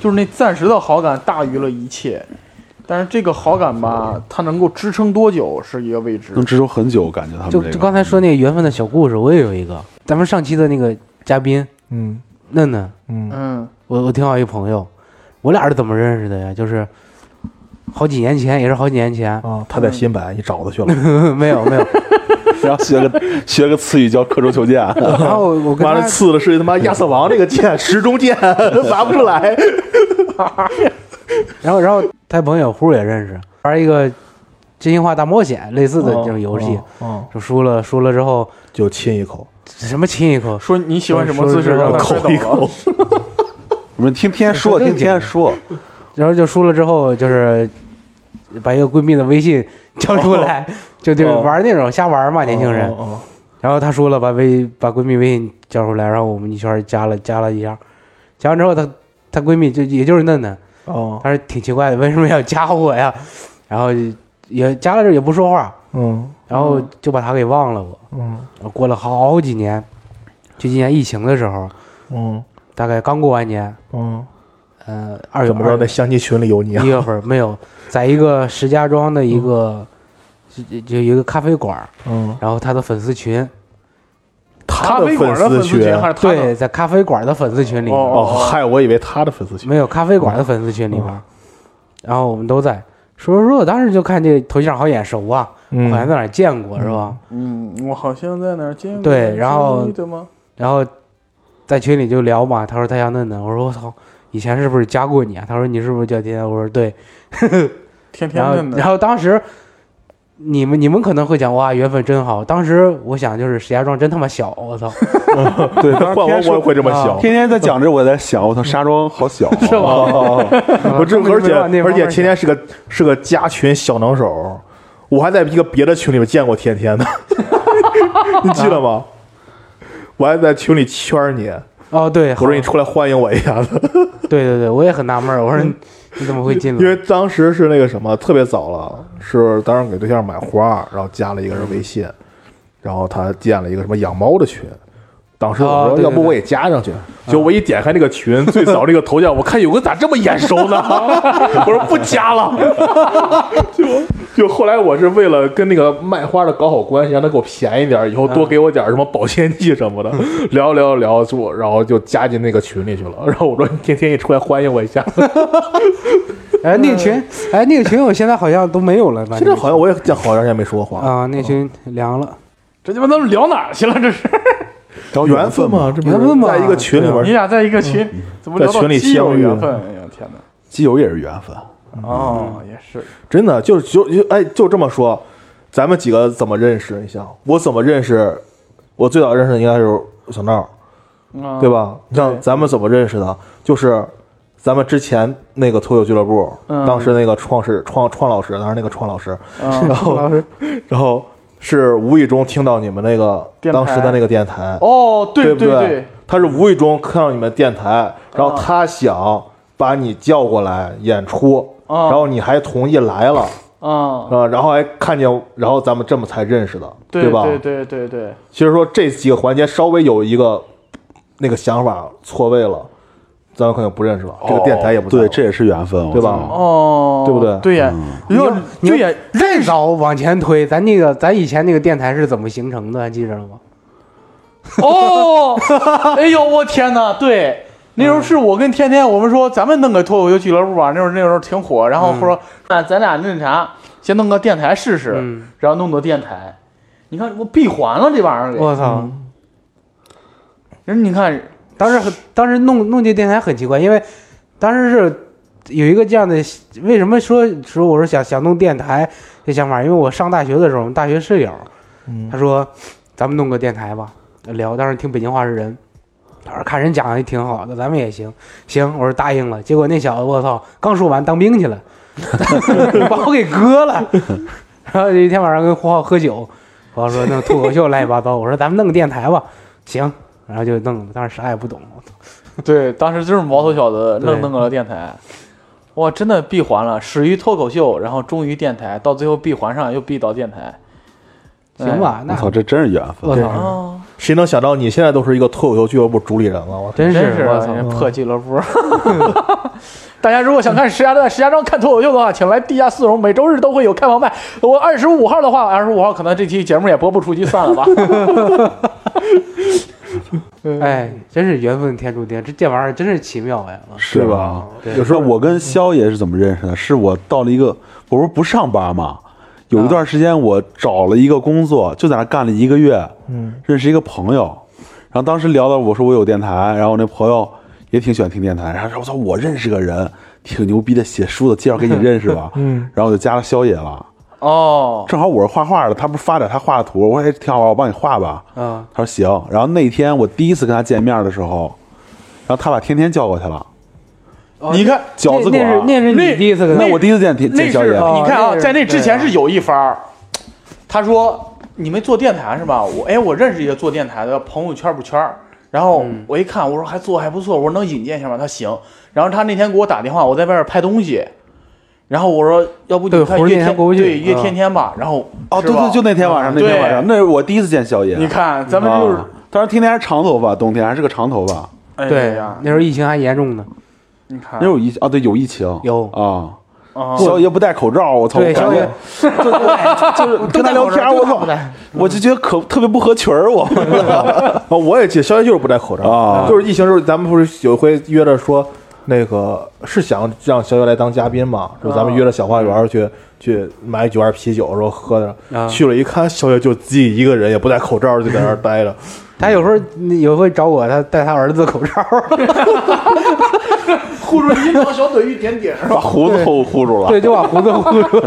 就是那暂时的好感大于了一切。但是这个好感吧，它能够支撑多久是一个未知。能执着很久，我感觉他就们这就个 刚才说那个缘分的小故事，我也有一个。咱们上期的那个嘉宾嗯嫩嫩，嗯嗯，我我挺好一朋友，我俩是怎么认识的呀？就是好几年前，也是好几年前，啊，他在新版你找他去了， 没有 没有。然后学个学个词语叫刻舟求剑，啊然后我跟完了他刺的是他妈亚瑟王这个剑，时钟剑拔不出来。然后然后他朋友胡也认识，玩一个真心话大冒险类似的哦这种游戏，嗯，就输了输了之后就亲一口，什么亲一口，说你喜欢什么姿势，说让他 摔口一倒了口。，我们天天说，天天说，然后就输了之后就是把一个闺蜜的微信 交出来，就就哦玩那种瞎玩嘛，年轻人。哦，哦然后她说了，把微把闺蜜微信交出来，然后我们一圈加了加了一下，加完之后她她闺蜜就也就是嫩嫩，哦，她说挺奇怪的，为什么要加我呀？然后也加了之后也不说话，嗯然后就把她给忘了我。嗯我过了好几年，就今年疫情的时候，嗯大概刚过完年，嗯，呃，二月怎么着，二在相亲群里有你啊一？月份没有，在一个石家庄的一个、就就一个咖啡馆儿，嗯，然后他的粉丝群，他咖的啡馆的丝粉丝群，群还是他对，的？在咖啡馆的粉丝群里面，哦哦，嗨，我以为他的粉丝群，没有咖啡馆的粉丝群里嗯边儿，然后我们都在说说说，我当时就看这头像好眼熟啊，嗯好像在哪儿见过是吧？嗯，我好像在哪儿见过。对然后对吗？然后在群里就聊嘛，他说他叫嫩嫩，我说我操，以前是不是加过你啊？他说你是不是叫天天？我说对，天天然问后的然后当时。你们你们可能会讲哇缘分真好，当时我想就是石家庄真他妈小，我操！对，当换我时天天哦我也说会这么啊 想，天天在讲着，我在想，我操，沙庄好小，啊是 吧哦我这根而本就没且往那而方面且想天天是个是个加群小能手，我还在一个别的群里面见过天天的，你记得吗？我还在群里圈你，哦，对，我好说你出来欢迎我一下子，对对对，我也很纳闷儿，我说你你怎么会进嗯因来？为当时是那个什么特别早了，是当时给对象买花，然后加了一个人微信，然后他建了一个什么养猫的群。当时哦我说，对要不对我也加上去。就我一点开那个群，最早那个头像，我看有个咋这么眼熟 呢？我说不加 了。就后来我是为了跟那个卖花的搞好关系，让他给我便宜点儿，以后多给我点儿什么保鲜剂什么的，聊聊聊，就然后就加进那个群里去了。然后我说你天天一出来欢迎我一下，哎，那个群，哎，那个群我现在好像都没有了吧？呃现在好像我也讲好长时间没说话，啊，那群凉了。这鸡巴他们聊哪儿去了？这是 找缘分分嘛，嘛，这不是缘分嘛在一个群里你边，俩在一个群，怎么聊在到群里基友相遇嗯缘分？哎呀天哪！基友也是缘分，哦，也是，真的就就就哎就这么说，咱们几个怎么认识？你想我怎么认识？我最早认识的应该是小闹，嗯对？吧？你像对咱们怎么认识的？就是咱们之前那个脱口俱乐部，嗯当时那个创始创创老师，当时那个创老师，嗯 然后然后是无意中听到你们那个电台当时的那个电台，哦，对不对，啊他是无意中看到你们电台，然后他想把你叫过来演出，啊然后你还同意来了。啊，啊，然后还看见，然后咱们这么才认识的，对吧？对对对对，其实说这几个环节稍微有一个那个想法错位了，咱们可能不认识了，这个电台也不在哦对，了这也是缘分，我对吧操哦，对不嗯对对呀，你要你对呀，再早往前推，咱那个咱以前那个电台是怎么形成的？还记着了吗？哦，哎呦，我天哪！对，那时候是我跟天天，我们说咱们弄个脱口秀俱乐部吧，那时候那时候挺火，然后说那咱俩那啥，先弄个电台试试，嗯然后弄个电台，你看我闭环了这玩意儿给，我操！人你看当时很，当时弄弄这电台很奇怪，因为当时是有一个这样的，为什么说说我说想想弄电台这想法？因为我上大学的时候，我们大学室友，他说咱们弄个电台吧，聊。当时听北京话是人，他说看人讲的挺好的，咱们也行。行，我说答应了。结果那小子我操，刚说完当兵去了， 把我给割了。 然后有一天晚上跟胡浩喝酒，胡浩说弄脱口秀乱七八糟，我说咱们弄个电台吧，行。然后就弄了，当时啥也不懂，对，当时就是毛头小子对弄弄个电台，哇，真的闭环了，始于脱口秀，然后终于电台，到最后闭环上又闭到电台，行吧？哎我那操，这啊真是缘分我。哎？操，哦，谁能想到你现在都是一个脱口秀俱乐部主理人了？我真真是我啊操！人破俱乐 部。大家如果想看石家庄石家庄看脱口秀的话，请来地下四楼，每周日都会有开房麦。我二十五号的话，二十五号可能这期节目也播不出去，算了吧。哎，嗯真是缘分天注定，这这玩意儿真是奇妙呀！是对吧吧？有时候我跟肖爷是怎么认识的？是我到了一个，我不是不上班嘛，有一段时间我找了一个工作，就在那干了一个月，嗯，认识一个朋友，然后当时聊到我说我有电台，然后我那朋友也挺喜欢听电台，然后说我操，我认识个人挺牛逼的，写书的，介绍给你认识吧，嗯，然后我就加了肖爷了， 哦，正好我是画画的，他不是发点他画的图，我说哎挺好玩，我帮你画吧。啊，他说行。然后那天我第一次跟他见面的时候，然后他把天天叫过去了。哦你看 饺子那馆那是那是你第一次跟他那我第一次见天那是见小野，你看哦那啊，是在那之前是有一番儿，他说你们做电台是吧？我哎，我认识一个做电台的，朋友圈不圈儿。然后嗯我一看，我说还做得还不错，我说能引荐一下吗？他行。然后他那天给我打电话，我在外边拍东西，然后我说要不对你看活约儿那天天过不去对约嗯天天吧。然后哦，是对吧对，就那天晚上，那天晚上，对那是我第一次见小野。你看咱们啊嗯就是当时天天还是长头发，冬天还是个长头发。哎对啊呀，那时候疫情还严重呢，你看那有疫啊，对，有疫情有啊。啊，小野不戴口罩，我操！对我感小觉野就是跟他聊天，我操，我就觉得可特别不合群儿，我 啊，我也记得，肖爷就是不戴口罩 啊就是疫情时候，咱们不是有一回约着说，那个是想让肖爷来当嘉宾嘛，就咱们约着小花园去、去买几罐啤酒，然后喝着，啊去了一看，肖爷就自己一个人，也不戴口罩，就在那儿待着。 他有时候有回找我，他戴他儿子口罩， 护住你脑小腿一点点。把胡子护护住了。对，就把胡子糊住，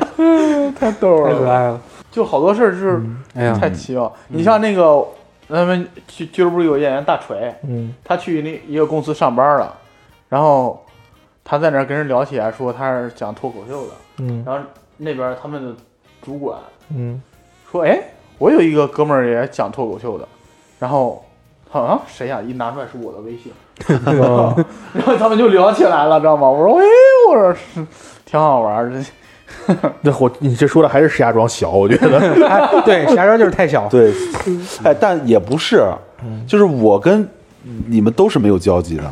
太逗太可了，爱了。就好多事儿是哎嗯呀，太奇妙。你像那个咱们俱俱乐部有演员大锤，嗯，他去那一个公司上班了，然后他在那儿跟人聊起来，说他是讲脱口秀的，嗯然后那边他们的主管嗯，说，哎，我有一个哥们儿也讲脱口秀的，然后好像、啊、谁呀、一拿出来是我的微 信，然后他们就聊起来了，知道吗？我说，哎，我说是挺好玩儿的，那我你这说的还是石家庄小，我觉得 哎 对，霞州就是太小，对，哎，但也不是，就是我跟你们都是没有交集的，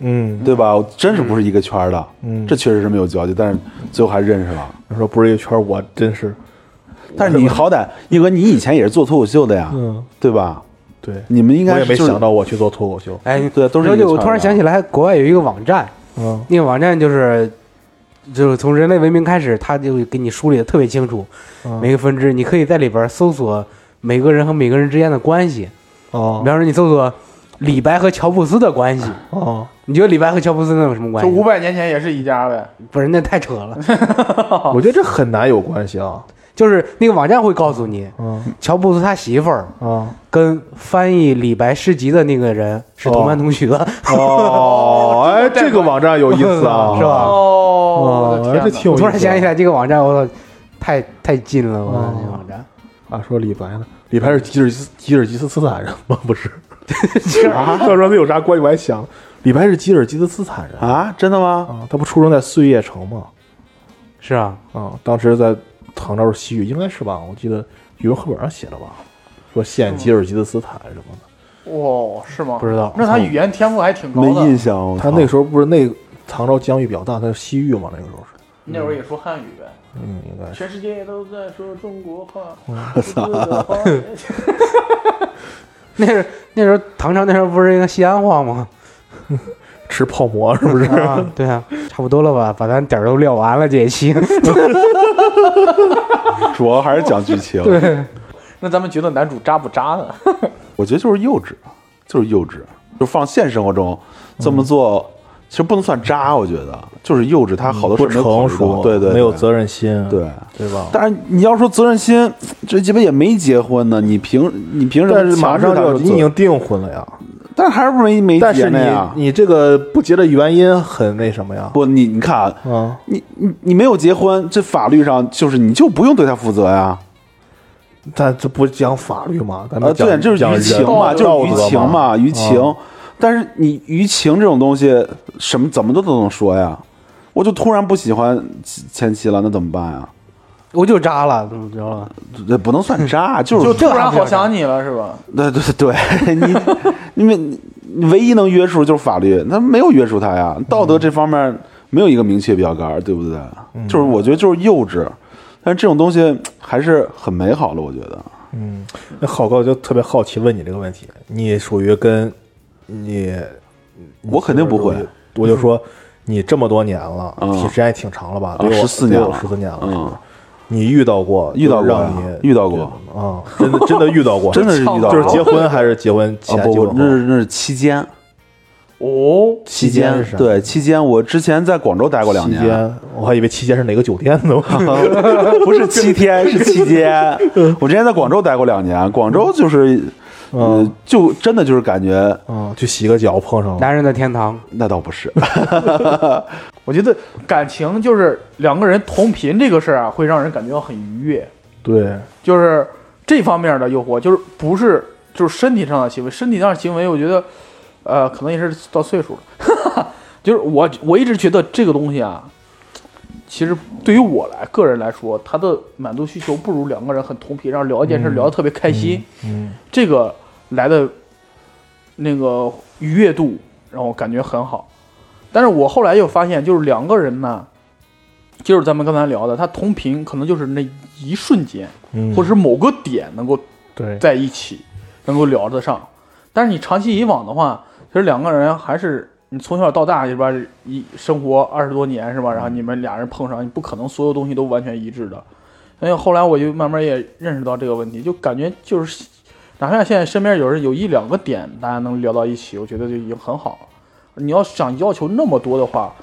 嗯，对吧？我真是不是一个圈儿的，嗯这确实是没有交集，但是最后还认识了。你说不是一圈，我真是但是你好歹，一哥，你以前也是做脱口秀的呀，嗯对吧？对，你们应我该也没是就是想到我去做脱口秀，哎，对都是而一且个我圈啊突然的想起来，国外有一个网站，嗯那个网站就是就是从人类文明开始，它就给你梳理的特别清楚，嗯每个分支，你可以在里边搜索每个人和每个人之间的关系。比哦方说，你搜索李白和乔布斯的 关系，哦，你觉得李白和乔布斯能有什么关就五系？百年前也是一家呗。不是，那太扯了。我觉得这很难有关系啊，就是那个网站会告诉你，嗯乔布斯他媳妇儿啊跟翻译李白诗集的那个人是同班同学， 哦，哎，这个网站有意思 啊，是吧？哦，我哦哎的，天这哪挺有意思啊。我突然想起来这个网站，我操，太太近了，我操，哦这个网站。啊，说李白呢？李白是吉尔吉斯吉尔吉斯斯坦人吗？不 是，啊，他说他有啥关系？我还想，李白是吉尔吉斯斯坦人啊，真的吗？啊，他不出生在碎叶城吗？是啊，啊，当时在唐朝是西域，应该是吧？我记得语文课本上写的吧，说现吉尔吉斯斯坦什么的。哇，是吗？不知道那他语言天赋还挺高没印的，象，我他操那时候不是那唐朝疆域比较大，他是西域嘛，那个时候是，那会儿也说汉语呗。嗯，应该是。全世界都在说中国 话，我操！ 那是那时候唐朝那时候不是一个西安话吗？吃泡馍是不是？ 啊，对啊，差不多了吧，把咱点儿都撂完了这一期。 主要还是讲剧 情。对， 那咱们觉得男主渣不渣呢？我觉得就是幼稚，就是幼稚，就放现实生活中这嗯么做，其实不能算渣，我觉得就是幼稚，他好多事不儿没有考虑成到熟，对对，没有对责任心，对。对吧？但是你要说责任心，这鸡巴也没结婚呢，你凭你凭什么但是马强制上就他要说你已责经订婚了呀，但是还是没没但结是呢呀？你你这个不结的原因很那什么呀？不，你你看啊，啊，你你你没有结婚，这法律上就是你就不用对他负责呀。咱这不讲法律吗？咱啊，们讲、对，就是讲舆情人嘛，就道是德舆情嘛，舆情。啊但是你舆情这种东西，什么怎么都都能说呀。我就突然不喜欢前前妻了，那怎么办呀？我就渣了，怎么着了？这不能算渣，就是 就突然好想你了是吧？对对对， 你你们你唯一能约束就是法律，那没有约束他呀。道德这方面没有一个明确标杆儿，对不对？嗯就是我觉得就是幼稚，但是这种东西还是很美好的，我觉得。那好哥就特别好奇问你这个问题，你属于跟你，我肯定不会，我就说你这么多年了，嗯挺时间也挺长了吧？啊，十四年了，十四年了，嗯，你遇到过遇到就是过让呀你遇到过啊，真的真的遇到过，真的是遇到就是过结婚还是结婚前啊结不婚不，那后是那是期间，哦，期间是啥对期间，我之前在广州待过两期年，间我还以为期间是哪个酒店呢，不是七天，是期间。我之前在广州待过两年，广州就是，嗯，就真的就是感觉嗯，去洗个脚碰上了，男人的天堂，那倒不是，我觉得感情就是两个人同频这个事儿啊，会让人感觉到很愉悦，对，就是这方面的诱惑，就是不是就是身体上的行为，身体上的行为，我觉得，呃，可能也是到岁数了， 就是我我一直觉得这个东西啊，其实对于我来个人来说，他的满足需求不如两个人很同频，然后聊一件事聊得特别开心，嗯，这个来的那个愉悦度让我感觉很好。但是我后来又发现，就是两个人呢，就是咱们刚才聊的，他同频可能就是那一瞬间，嗯或者是某个点能够对，在一起，能够聊得上。但是你长期以往的话，其实两个人还是你从小到大里边一生活二十多年是吧？然后你们俩人碰上，你不可能所有东西都完全一致的。所以后来我就慢慢也认识到这个问题，就感觉就是，哪怕现在身边有人有一两个点大家能聊到一起，我觉得就已经很好了。你要想要求那么多的话，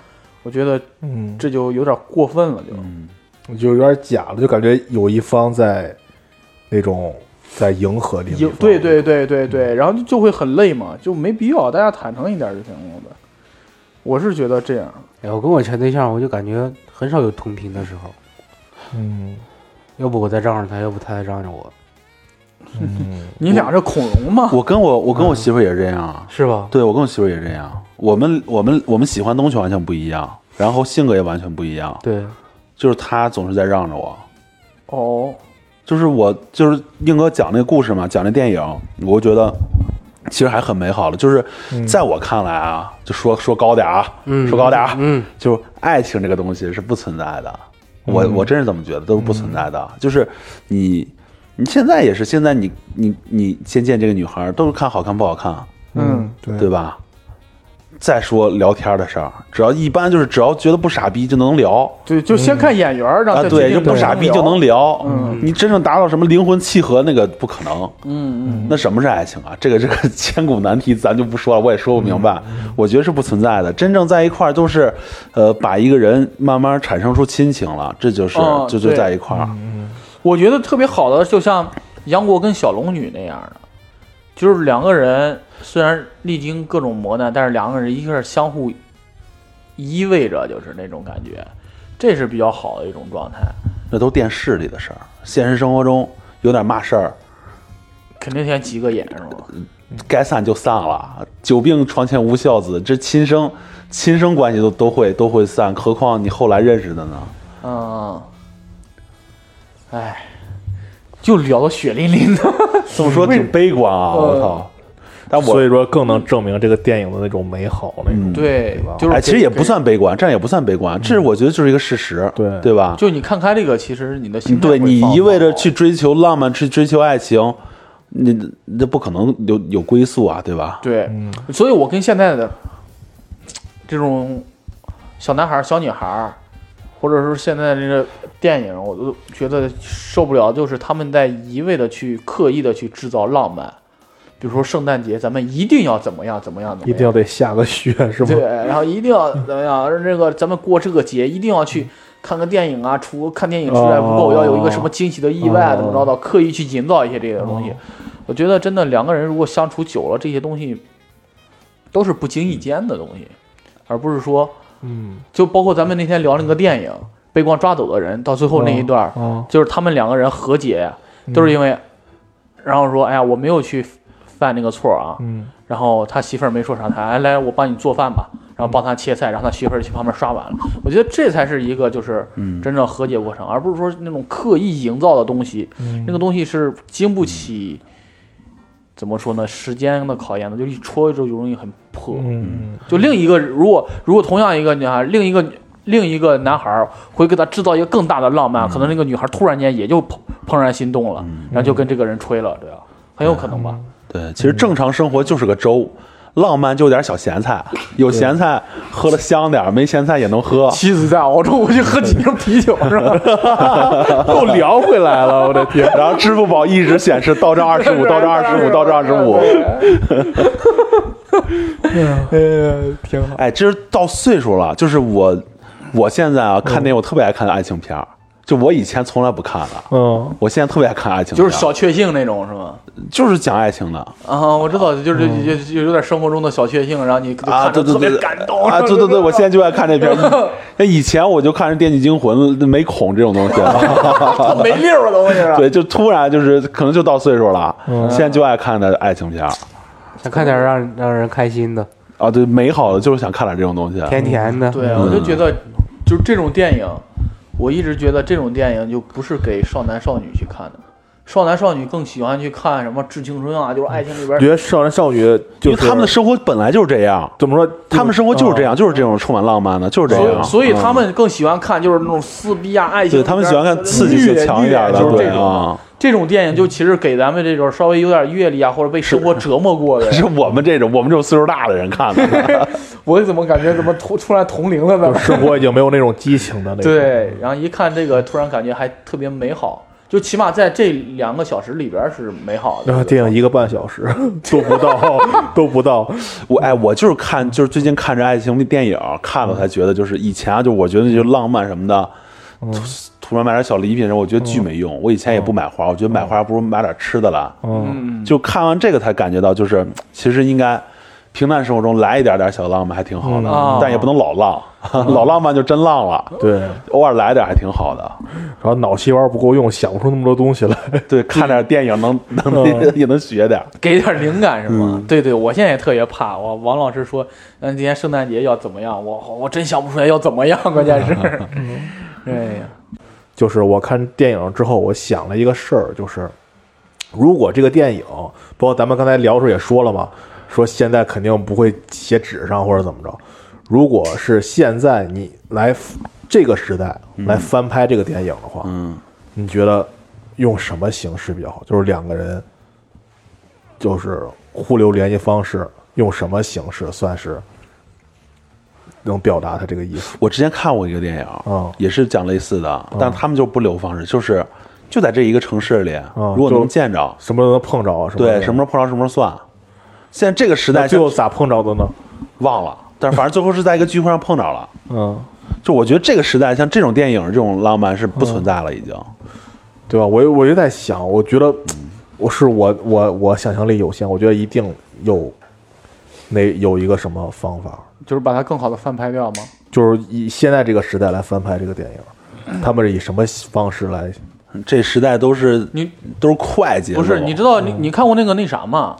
我觉得嗯，这就有点过分了，就。就有点假了，就感觉有一方在那种在迎合另一有方，对对对对嗯对，然后就就会很累嘛，就没必要，大家坦诚一点就行了。我觉得我是觉得这样，哎，我跟我前对象，我就感觉很少有同频的时候，嗯，要不我在嚷嚷他，要不他在嚷嚷我，嗯，你俩是恐龙嘛？我跟我我跟我媳妇儿也是这样啊，是吧？对我跟我媳妇儿也是这样，我们我们我们喜欢的东西完全不一样，然后性格也完全不一样， 对，就是她总是在让着我，哦，就是我就是硬哥讲那个故事嘛，讲那电影，我觉得其实还很美好的，就是在我看来啊，就说说高点儿啊，嗯，说高点儿啊，嗯，就是爱情这个东西是不存在的，我我真是这么觉得，都是不存在的。嗯就是你你现在也是，现在你你你先见这个女孩儿，都是看好看不好看，嗯，对对吧？再说聊天的事儿，只要一般就是只要觉得不傻逼就能聊对，就先看眼缘儿，然后啊，再对，决就定不傻逼就能聊。聊。嗯你真正达到什么灵魂契合，那个不可能。嗯嗯，那什么是爱情啊？这个这个 千古难题，咱就不说了，我也说不明白。嗯我觉得是不存在的。真正在一块儿，都是，呃，把一个人慢慢产生出亲情了，这就是、哦就就对在一块儿。嗯我觉得特别好的，就像杨过跟小龙女那样的，就是两个人虽然历经各种磨难，但是两个人一个是相互依偎着，就是那种感觉，这是比较好的一种状态。那都电视里的事儿，现实生活中有点嘛事儿，肯定先急个眼是吧？该散就散了。久病床前无孝子，这亲生亲生关系都都会都会散，何况你后来认识的呢？嗯，哎，就聊的血淋淋的。这么说挺悲观啊！呃我操。但我所以说更能证明这个电影的那种美好那种， 对吧，就是哎，其实也给不，算悲观，这样也不算悲观，这是我觉得就是一个事实，对对吧？给就你看开这个，其实你的心态嗯对会你放一味放着好去追求浪漫，去追求爱情，你那不可能有有归宿啊，对吧？对，所以我跟现在的这种小男孩儿、小女孩儿，或者是现在这个电影，我都觉得受不了，就是他们在一味的去刻意的去制造浪漫，比如说圣诞节，咱们一定要怎么样怎么样怎么一样定。要得下个雪是吗对，？然后一定要怎么样？这个咱们过这个节一定要去看个电影啊，除看电影出来不够，哦要有一个什么惊喜的意外啊，怎么着的，刻意去营造一些这些东西。哦我觉得真的两个人如果相处久了，这些东西都是不经意间的东西，而不是说，嗯，就包括咱们那天聊那个电影被光抓走的人，到最后那一段儿，啊，就是他们两个人和解，哦都嗯是因为，然后说，哎呀，我没有去犯那个错儿啊，嗯，然后他媳妇儿没说啥，他哎来我帮你做饭吧，然后帮他切菜，让他媳妇儿去旁边刷碗了。我觉得这才是一个就是真正和解过程，而不是说那种刻意营造的东西，嗯那个东西是经不起怎么说呢时间的考验的，就一戳就容易很破。嗯，就另一个，如果如果同样一个女孩，另一个另一个男孩儿会给他制造一个更大的浪漫，可能那个女孩突然间也就怦怦然心动了，然后就跟这个人吹了，对吧？啊很有可能吧。对，其实嗯正常生活就是个粥，浪漫就有点小咸菜，有咸菜喝了香点儿，没咸菜也能喝。妻子在熬中，我去喝几瓶啤酒是吧？ 又聊回来了，我的天！然后支付宝一直显示到账二十五，到账二十五，到账二十五。呃，挺好。嗯哎，这是到岁数了，就是我，我现在啊看那嗯种特别爱看的爱情片儿，就我以前从来不看的，嗯，我现在特别爱看爱情片就儿，是小确幸那种是吗？就是讲爱情的啊，我知道，就是有有有点生活中的小确幸，然后你就嗯啊，看着对对特别对，感动啊，对对对，我现在就爱看这片 儿。那以前我就看着《电锯惊魂》没恐这种 东西，没溜儿的东西是吧？对，就突然就是可能就到岁数了，嗯现在就爱看的爱情片儿想看点让让人开心的、啊，对，美好的就是想看点这种东西。甜甜的。对，我就觉嗯得，就这种电影，我一直觉得这种电影就不是给少男少女去看的，少男少女更喜欢去看什么《致青春》啊，就是爱情里边我觉得少男少女因就为是他们的生活本来就是这样，怎么说，他们生活就是这样，就是这种充满浪漫的，就是这嗯所样。以，所以嗯他们更喜欢看就是那种撕逼啊，爱情对里边。他们喜欢看刺激虐性强一点的，虐就是对这种。啊。这种电影就其实给咱们这种稍微有点阅历啊，或者被生活折磨过的人，啊 是我们这种我们这种岁数大的人看的，我怎么感觉怎么突突然同龄了呢 就是？生活已经没有那种激情的那种，对，然后一看这个，突然感觉还特别美好，就起码在这两个小时里边是美好的。啊然后电影一个半小时 都不到，都不到，我哎，我就是看，就是最近看着爱情电影看了，才觉得就是以前啊，就我觉得就浪漫什么的，嗯突突然买点小礼品什么，我觉得巨没用。我以前也不买花，我觉得买花不如买点吃的来。嗯，就看完这个才感觉到，就是其实应该平淡生活中来一点点小浪漫还挺好嗯的，但也不能老浪， 老浪漫就真浪了。嗯对，然偶尔来点还挺好 的。后脑细胞不够用，想不出那么多东西来，对，看点电影能嗯能也能学点儿。给点灵感是吗？嗯对对，我现在也特别怕。我王老师说，嗯，今天圣诞节要怎么样？我我真想不出来要怎么样，关 键是，哎呀，就是我看电影之后，我想了一个事儿，就是如果这个电影，包括咱们刚才聊的时候也说了嘛，说现在肯定不会写纸上或者怎么着。如果是现在你来 f- 这个时代来翻拍这个电影的话，嗯，你觉得用什么形式比较好？就是两个人，就是互留联系方式，用什么形式算是能表达他这个意思？我之前看过一个电影，嗯也是讲类似的，但他们就不留方式，就是就在这一个城市里，嗯如果就能见着，什么时候能碰着啊？什么对，什么时候碰着什么时候算。现在这个时代那最就后咋碰着的呢？忘了，但是反正最后是在一个聚会上碰着了。嗯。就我觉得这个时代像这种电影这种浪漫是不存在了，已经。对吧？我又我就在想，我觉得我是我我我想象力有限，我觉得一定有那有一个什么方法，就是把它更好的翻拍掉吗？就是以现在这个时代来翻拍这个电影，他们是以什么方式来？这时代都是你都是快节奏，不是，你知道嗯你你看过那个那啥吗？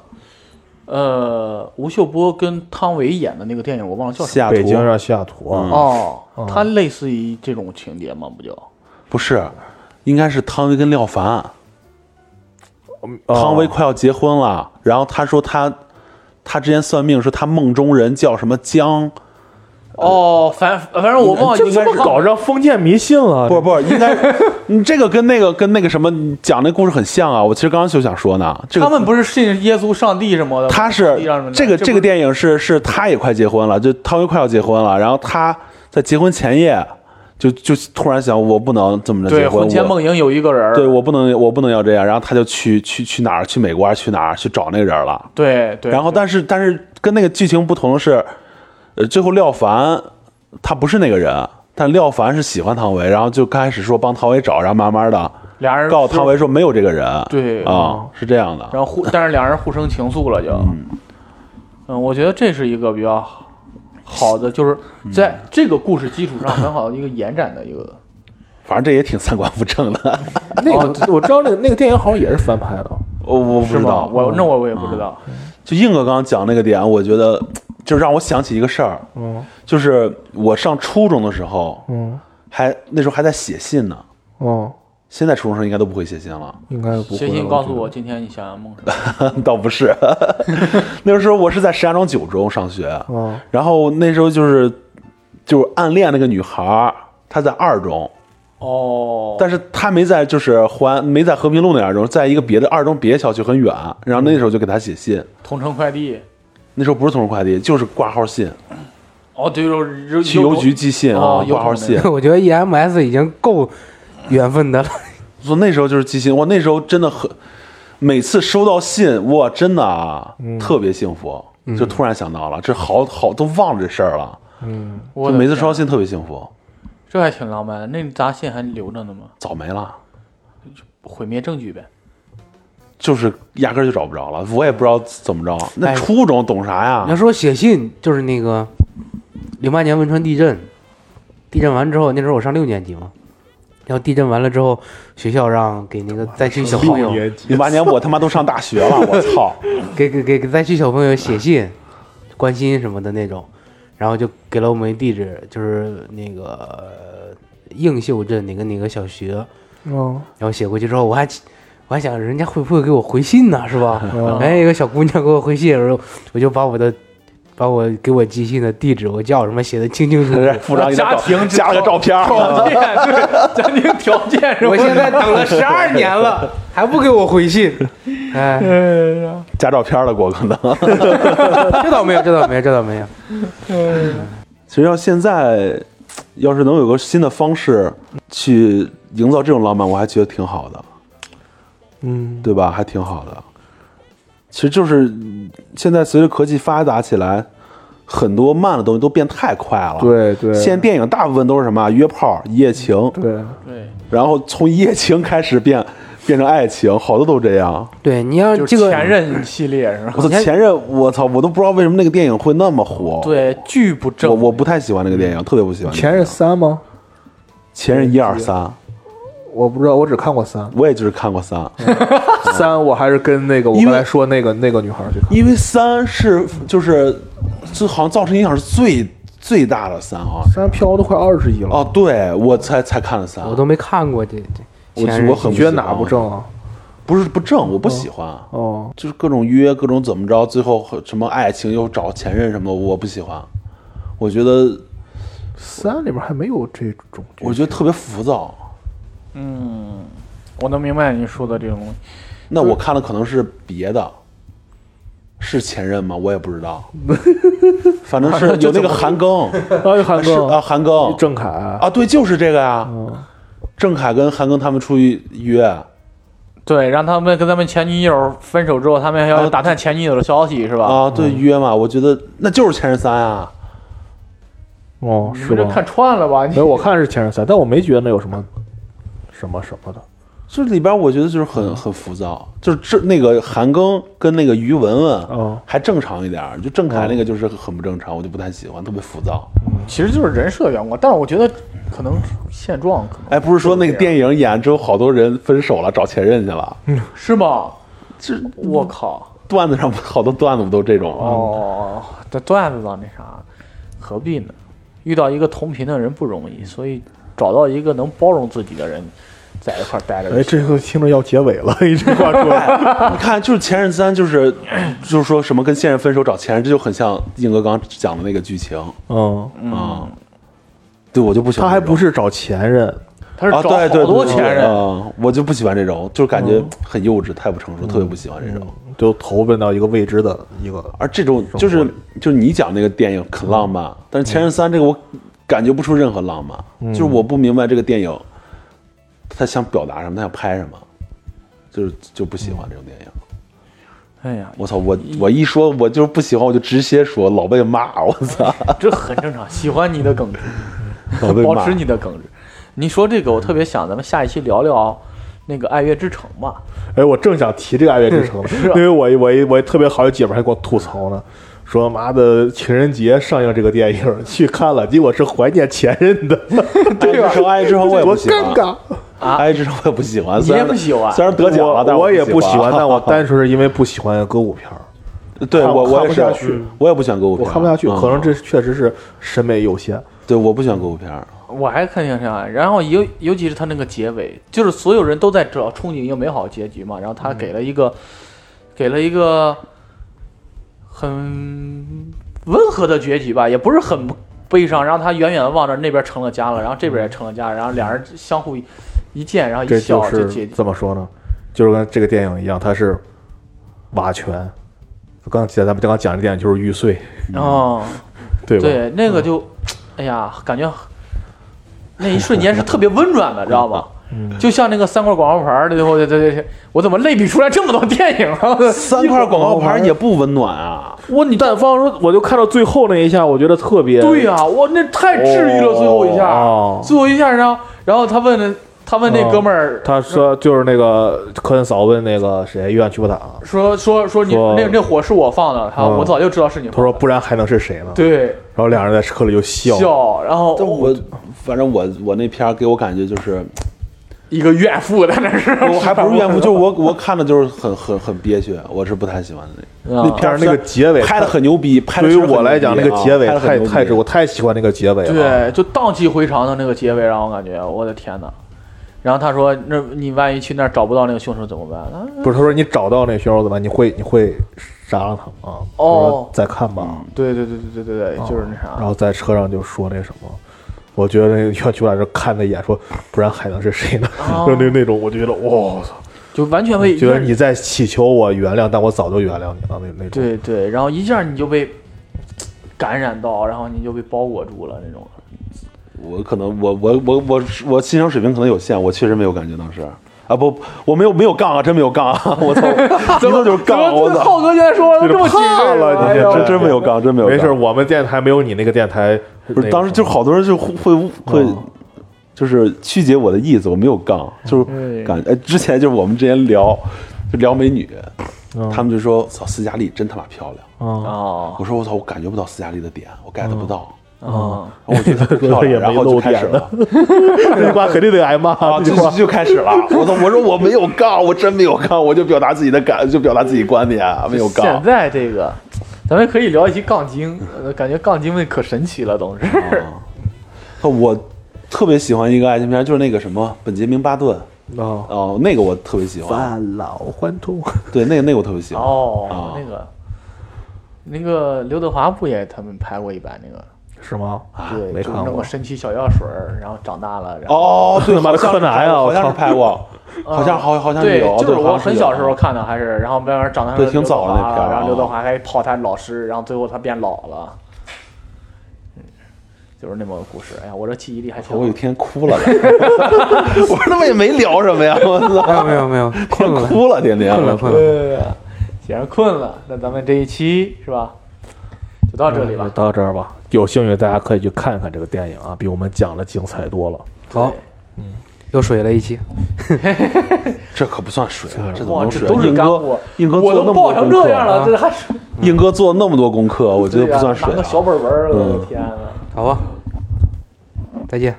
呃，吴秀波跟汤唯演的那个电影，我忘了叫什西么。雅北图京让西雅图啊，哦，它类似于这种情节吗？不就？不是，应该是汤唯跟廖凡。啊汤唯快要结婚了，然后他说他他之前算命说他梦中人叫什么江，呃哦，反反正我忘了，哎这你怎么看搞上封建迷信了？不不应该， 你这个跟那个跟那个什么你讲那故事很像啊。我其实刚刚就想说呢，这个他们不是信耶稣、上帝什么的，他是这个这个电电影是是他也快结婚了，就汤唯快要结婚了，然后他在结婚前夜就就突然想我不能这么着对结婚，魂牵我梦萦有一个人儿，对我不能我不能要这样，然后他就去去去哪儿去美国还是去哪儿去找那个人了。对对，然后，但是但是跟那个剧情不同的是，呃，最后廖凡他不是那个人，但廖凡是喜欢汤唯，然后就刚开始说帮汤唯找，然后慢慢的俩人告诉汤唯，唯说没有这个人，对啊，是这样的。然后互，但是两人互生情愫了就，嗯，我觉得这是一个比较好的，就是嗯在这个故事基 础上很好的一个延展的一个，反正这也挺三观不正的，那个我知道那个那个电影好像也是翻拍的，我我不是知吗？道。嗯我那我我也不知道，就硬哥刚刚讲那个点，我觉得就让我想起一个事儿，嗯就是我上初中的时候，嗯还那时候还在写信呢，嗯，现在初中生应该都不会写信了。 应该不会。写信告诉我我今天你想要梦什么？倒不是， 那个时候我是在石家庄九中上学，嗯然后那时候就是就是暗恋那个女孩儿，她在二中，哦，但是她没在就是环没在和平路那二中，在一个别的二中别的小区很远，然后那时候就给她写信，同城快递，那时候不是同城快递，就是挂号信，哦对了，去邮局寄信啊哦，邮挂号筒那 信，我觉得 EMS 已经够缘分的了。说那时候就是寄信，我那时候真的很，每次收到信，哇，真的啊，特别幸福。嗯就突然想到了，这好好都忘了这事儿了。嗯，我就的每次天烧心特别幸福，这还挺浪漫的。那你砸信还留着呢吗？早没了，毁灭证据呗。就是压根儿就找不着了。我也不知道怎么着，那哎初中懂啥你要呀？说写信，就是那个零八年汶川地震，地震完之后，那时候我上六年级嘛，然后地震完了之后，学校让给那个灾区小朋六友年零级八年我他妈都上大学了，我操！给给给给灾区小朋友写信，关心什么的那种，然后就给了我们地址，就是那个呃映秀镇哪个哪个小学，哦嗯，然后写过去之后，我还我还想人家会不会给我回信呢，是吧？嗯哎，一个小姑娘给我回信，我说我就把我的把我给我寄信的地址，我叫什么写的清清楚 楚。附上一张家庭加了个照片儿，嗯条件对，家庭条件是吧我现在等了十二年了，还不给我回信，哎，加照片儿了，我可能。这倒没有，这倒没有，这倒没有。其实要现在，要是能有个新的方式去营造这种浪漫，我还觉得挺好的，嗯，对吧？还挺好的。其实就是嗯现在随着科技发达起来，很多慢的东西都变太快了。，对对，现在电影大部分都是什么啊约炮、一夜情，对，对，然后从一夜情开始变变成爱情，好多都这样。对，你要就这是个前任系列是吧？我操，你看前任，我操，我都不知道为什么那个电影会那么火。，对，巨不正。我我不太喜欢那个电影，特别不喜欢那个电前影。任三吗？前任一二三，我不知道，我只看过三，我也就是看过三。 三我还是跟那个我因为刚才说那个那个女孩去看。因为三是就是这好像造成影响是最最大的三啊。三飘都快二十亿了，哦，对我才才看了三，我都没看过这这我前任我很你觉得哪不正啊？不是不正，我不喜欢，哦，就是各种约各种怎么着，最后和什么爱情又找前任什么的，我不喜欢。我觉得三里边还没有这种剧，我觉得特别浮躁。嗯，我能明白你说的这种东西。那我看的可能是别的，是前任吗？我也不知道，反正是有那个韩庚，哎， 韩是啊，庚、韩庚郑恺，啊，对，就是这个呀。嗯郑恺跟韩庚他们出去约，对，让他们跟他们前女友分手之后，他们还要啊打探前女友的消息是吧？啊，对约嘛，我觉得那就是前任三啊，哦，你是们这吧？看串了吧？没你有，我看是前任三，但我没觉得那有什么什么什么的。这里边我觉得就是嗯很很浮躁，就是这那个韩庚跟那个于文文哦，还正常一点儿，就郑恺那个就是很不正常，我就不太喜欢，特别浮躁。 其实就是人设缘故，但是我觉得可能现状可能哎，不是说那个电影演完之后好多人分手了，找前任去了，嗯是吗？这我靠！段子上好多段子不都这种吗？哦，这段子倒那啥，何必呢？遇到一个同频的人不容易，所以找到一个能包容自己的人，在一块儿待着就哎，行。这个听着要结尾了， 一句话说来，你看，就是前任三，就是就是说什么跟现任分手找前任，这就很像硬哥刚刚讲的那个剧情啊、嗯，对，我就不喜欢他这种。还不是找前任，他是啊，找对好对，多对前任，哦嗯我就不喜欢这种，就是感觉很幼稚，太不成熟，特别不喜欢这嗯种。就投奔到一个未知的一个，而这种就是就是你讲那个电影很浪漫，嗯但是《前任三》这个我感觉不出任何浪漫，就是我不明白这个电影他想表达什么，他想拍什么，就是就不喜欢这种电影。哎呀，我操，我我一说我就是不喜欢，我就直接说，老被骂，我 操，这很正常。喜欢你的耿直，老被保啊骂持。你的耿直。你说这个，我特别想咱们下一期聊聊那个《爱乐之城》吧。哎，我正想提这个《爱乐之城》是啊因为我一我一我一特别好的姐们儿还给我吐槽呢，说妈的情人节上映这个电影去看了，结果是怀念前任 的，对吧？爱之城我也不多喜欢，啊尴尬！啊爱之城我也不喜欢，你虽然也不喜欢虽然得奖了，但我我也不喜 欢，但我单。单纯是因为不喜欢歌舞片儿，对看我看我也不是下去，我也不喜欢歌舞片我儿，看不下去，嗯可能这确实是审美有限。对我不喜欢歌舞片儿，我还看见啥？然后尤尤其是他那个结尾，就是所有人都在找憧憬一个美好的结局嘛，然后他给了一嗯个，给了一个很温和的结局吧，也不是很悲伤。然后他远远的望着那边成了家了，然后这边也成了家，然后两人相互一见，然后一嗯这笑就就是结局。怎么说呢？就是跟这个电影一样，它是瓦全。刚才咱们刚刚讲的电影就是玉碎，哦，对吧？嗯对，那个就，哎呀，感觉那一瞬间是特别温暖的，知道吗？嗯就像那个三块广告牌儿，最后这这这，我怎么类比出来这么多电影啊？ 三块广 告牌也不温暖啊！我你但方说，我就看到最后那一下，我觉得特别对呀、我那太治愈了，最后一下，哦最后一下，然后然后他问他问那哥们儿、他说就是那个科恩嫂问那个谁约翰屈伯塔，说说说你说那那火是我放的，他、嗯我早就知道是你他放说的。不然还能是谁呢？对然后两人在车里就笑，笑，然后但我反正我我那片儿给我感觉就是，一个怨妇在那是，我还不是怨妇，就是我我看的就是很很很憋屈，我是不太喜欢的那啊那片但儿是那个结尾拍的很牛逼，啊拍的对于我来讲，那个啊结尾太太是我太喜欢那个结尾了。啊对，就荡气回肠的那个结尾，让我感觉我的天哪。然后他说：“那你万一去那儿找不到那个凶手怎么办？”啊不是他说你找到那凶手怎么办？你会你会杀了他吗？啊哦我说再看吧，对对对对对对对，就是那嗯哦然啥。后在车上就说那什么。我觉得那个岳曲老师看他一眼，说：“不然还能是谁呢？”哦 就那那种，我觉得，我、操，就完全被觉得你在祈求我原谅，但我早就原谅你了，那那种。对对，然后一下你就被感染到，然后你就被包裹住了那种。我可能我我我我我欣赏水平可能有限，我确实没有感觉当时啊不，我没有没有杠啊，真没有杠啊， 我操，真的就是杠，啊我这操，浩哥现在说这这么谨怕慎了哎你呦这真真没有杠，真没有杠，没事，我们电台没有你那个电台那个什么，不是当时就好多人就会会会嗯就是曲解我的意思，我没有杠，就是对感哎之前就是我们之前聊就聊美女，嗯他们就说操斯嘉丽真他妈漂亮，啊，哦我说我操我感觉不到斯嘉丽的点，我 get 不到。哦，然后我觉 得她不漂嗯也亮，没然后就漏开始点呢了，这句话肯定得挨骂。 啊，这就句话就就开始了。我说我说我没有杠，我真没有杠，我就表达自己的感，就表达自己观点，啊没有现杠。在这个，咱们可以聊一期杠精，呃感觉杠精们可神奇了，都是。我特别喜欢一个爱情片，就是那个什么本杰明巴顿啊，哦，那个我特别喜欢，老还童，对，那个那个我特别喜欢。哦啊，那个，那个刘德华不也他们拍过一版那个？是吗？啊啊啊对，没就看弄过个神奇小药水儿，然我长大了，然后哦， 对，妈的好像是柯南啊好我像是操拍过，好啊像好好像是对有，，就是我好像是很有啊小时 候看的，还是然后慢慢长大对挺早的的那片儿啊然后刘德华还泡他老师，然后最后他变老了，嗯，就是那么个故事。哎呀，我这记忆力还挺我有一好。天哭 了，我说他妈也没聊什么呀，我没有操，没有没有，困了哭了，天天困了困了，对，既然困了，那咱们这一期是吧，就到这里嗯吧。到这儿吧。有兴趣大家可以去看看这个电影啊，比我们讲的精彩多了。好，又水了一期，这可不算水啊，这怎么哇，能这水啊？都是硬干哥货，，硬哥我做那都么爆多成功这课样了，这还是硬哥做了那么多功课，我觉得对呀不算水拿个小啊。本本儿，我的嗯天呐。好吧，再见。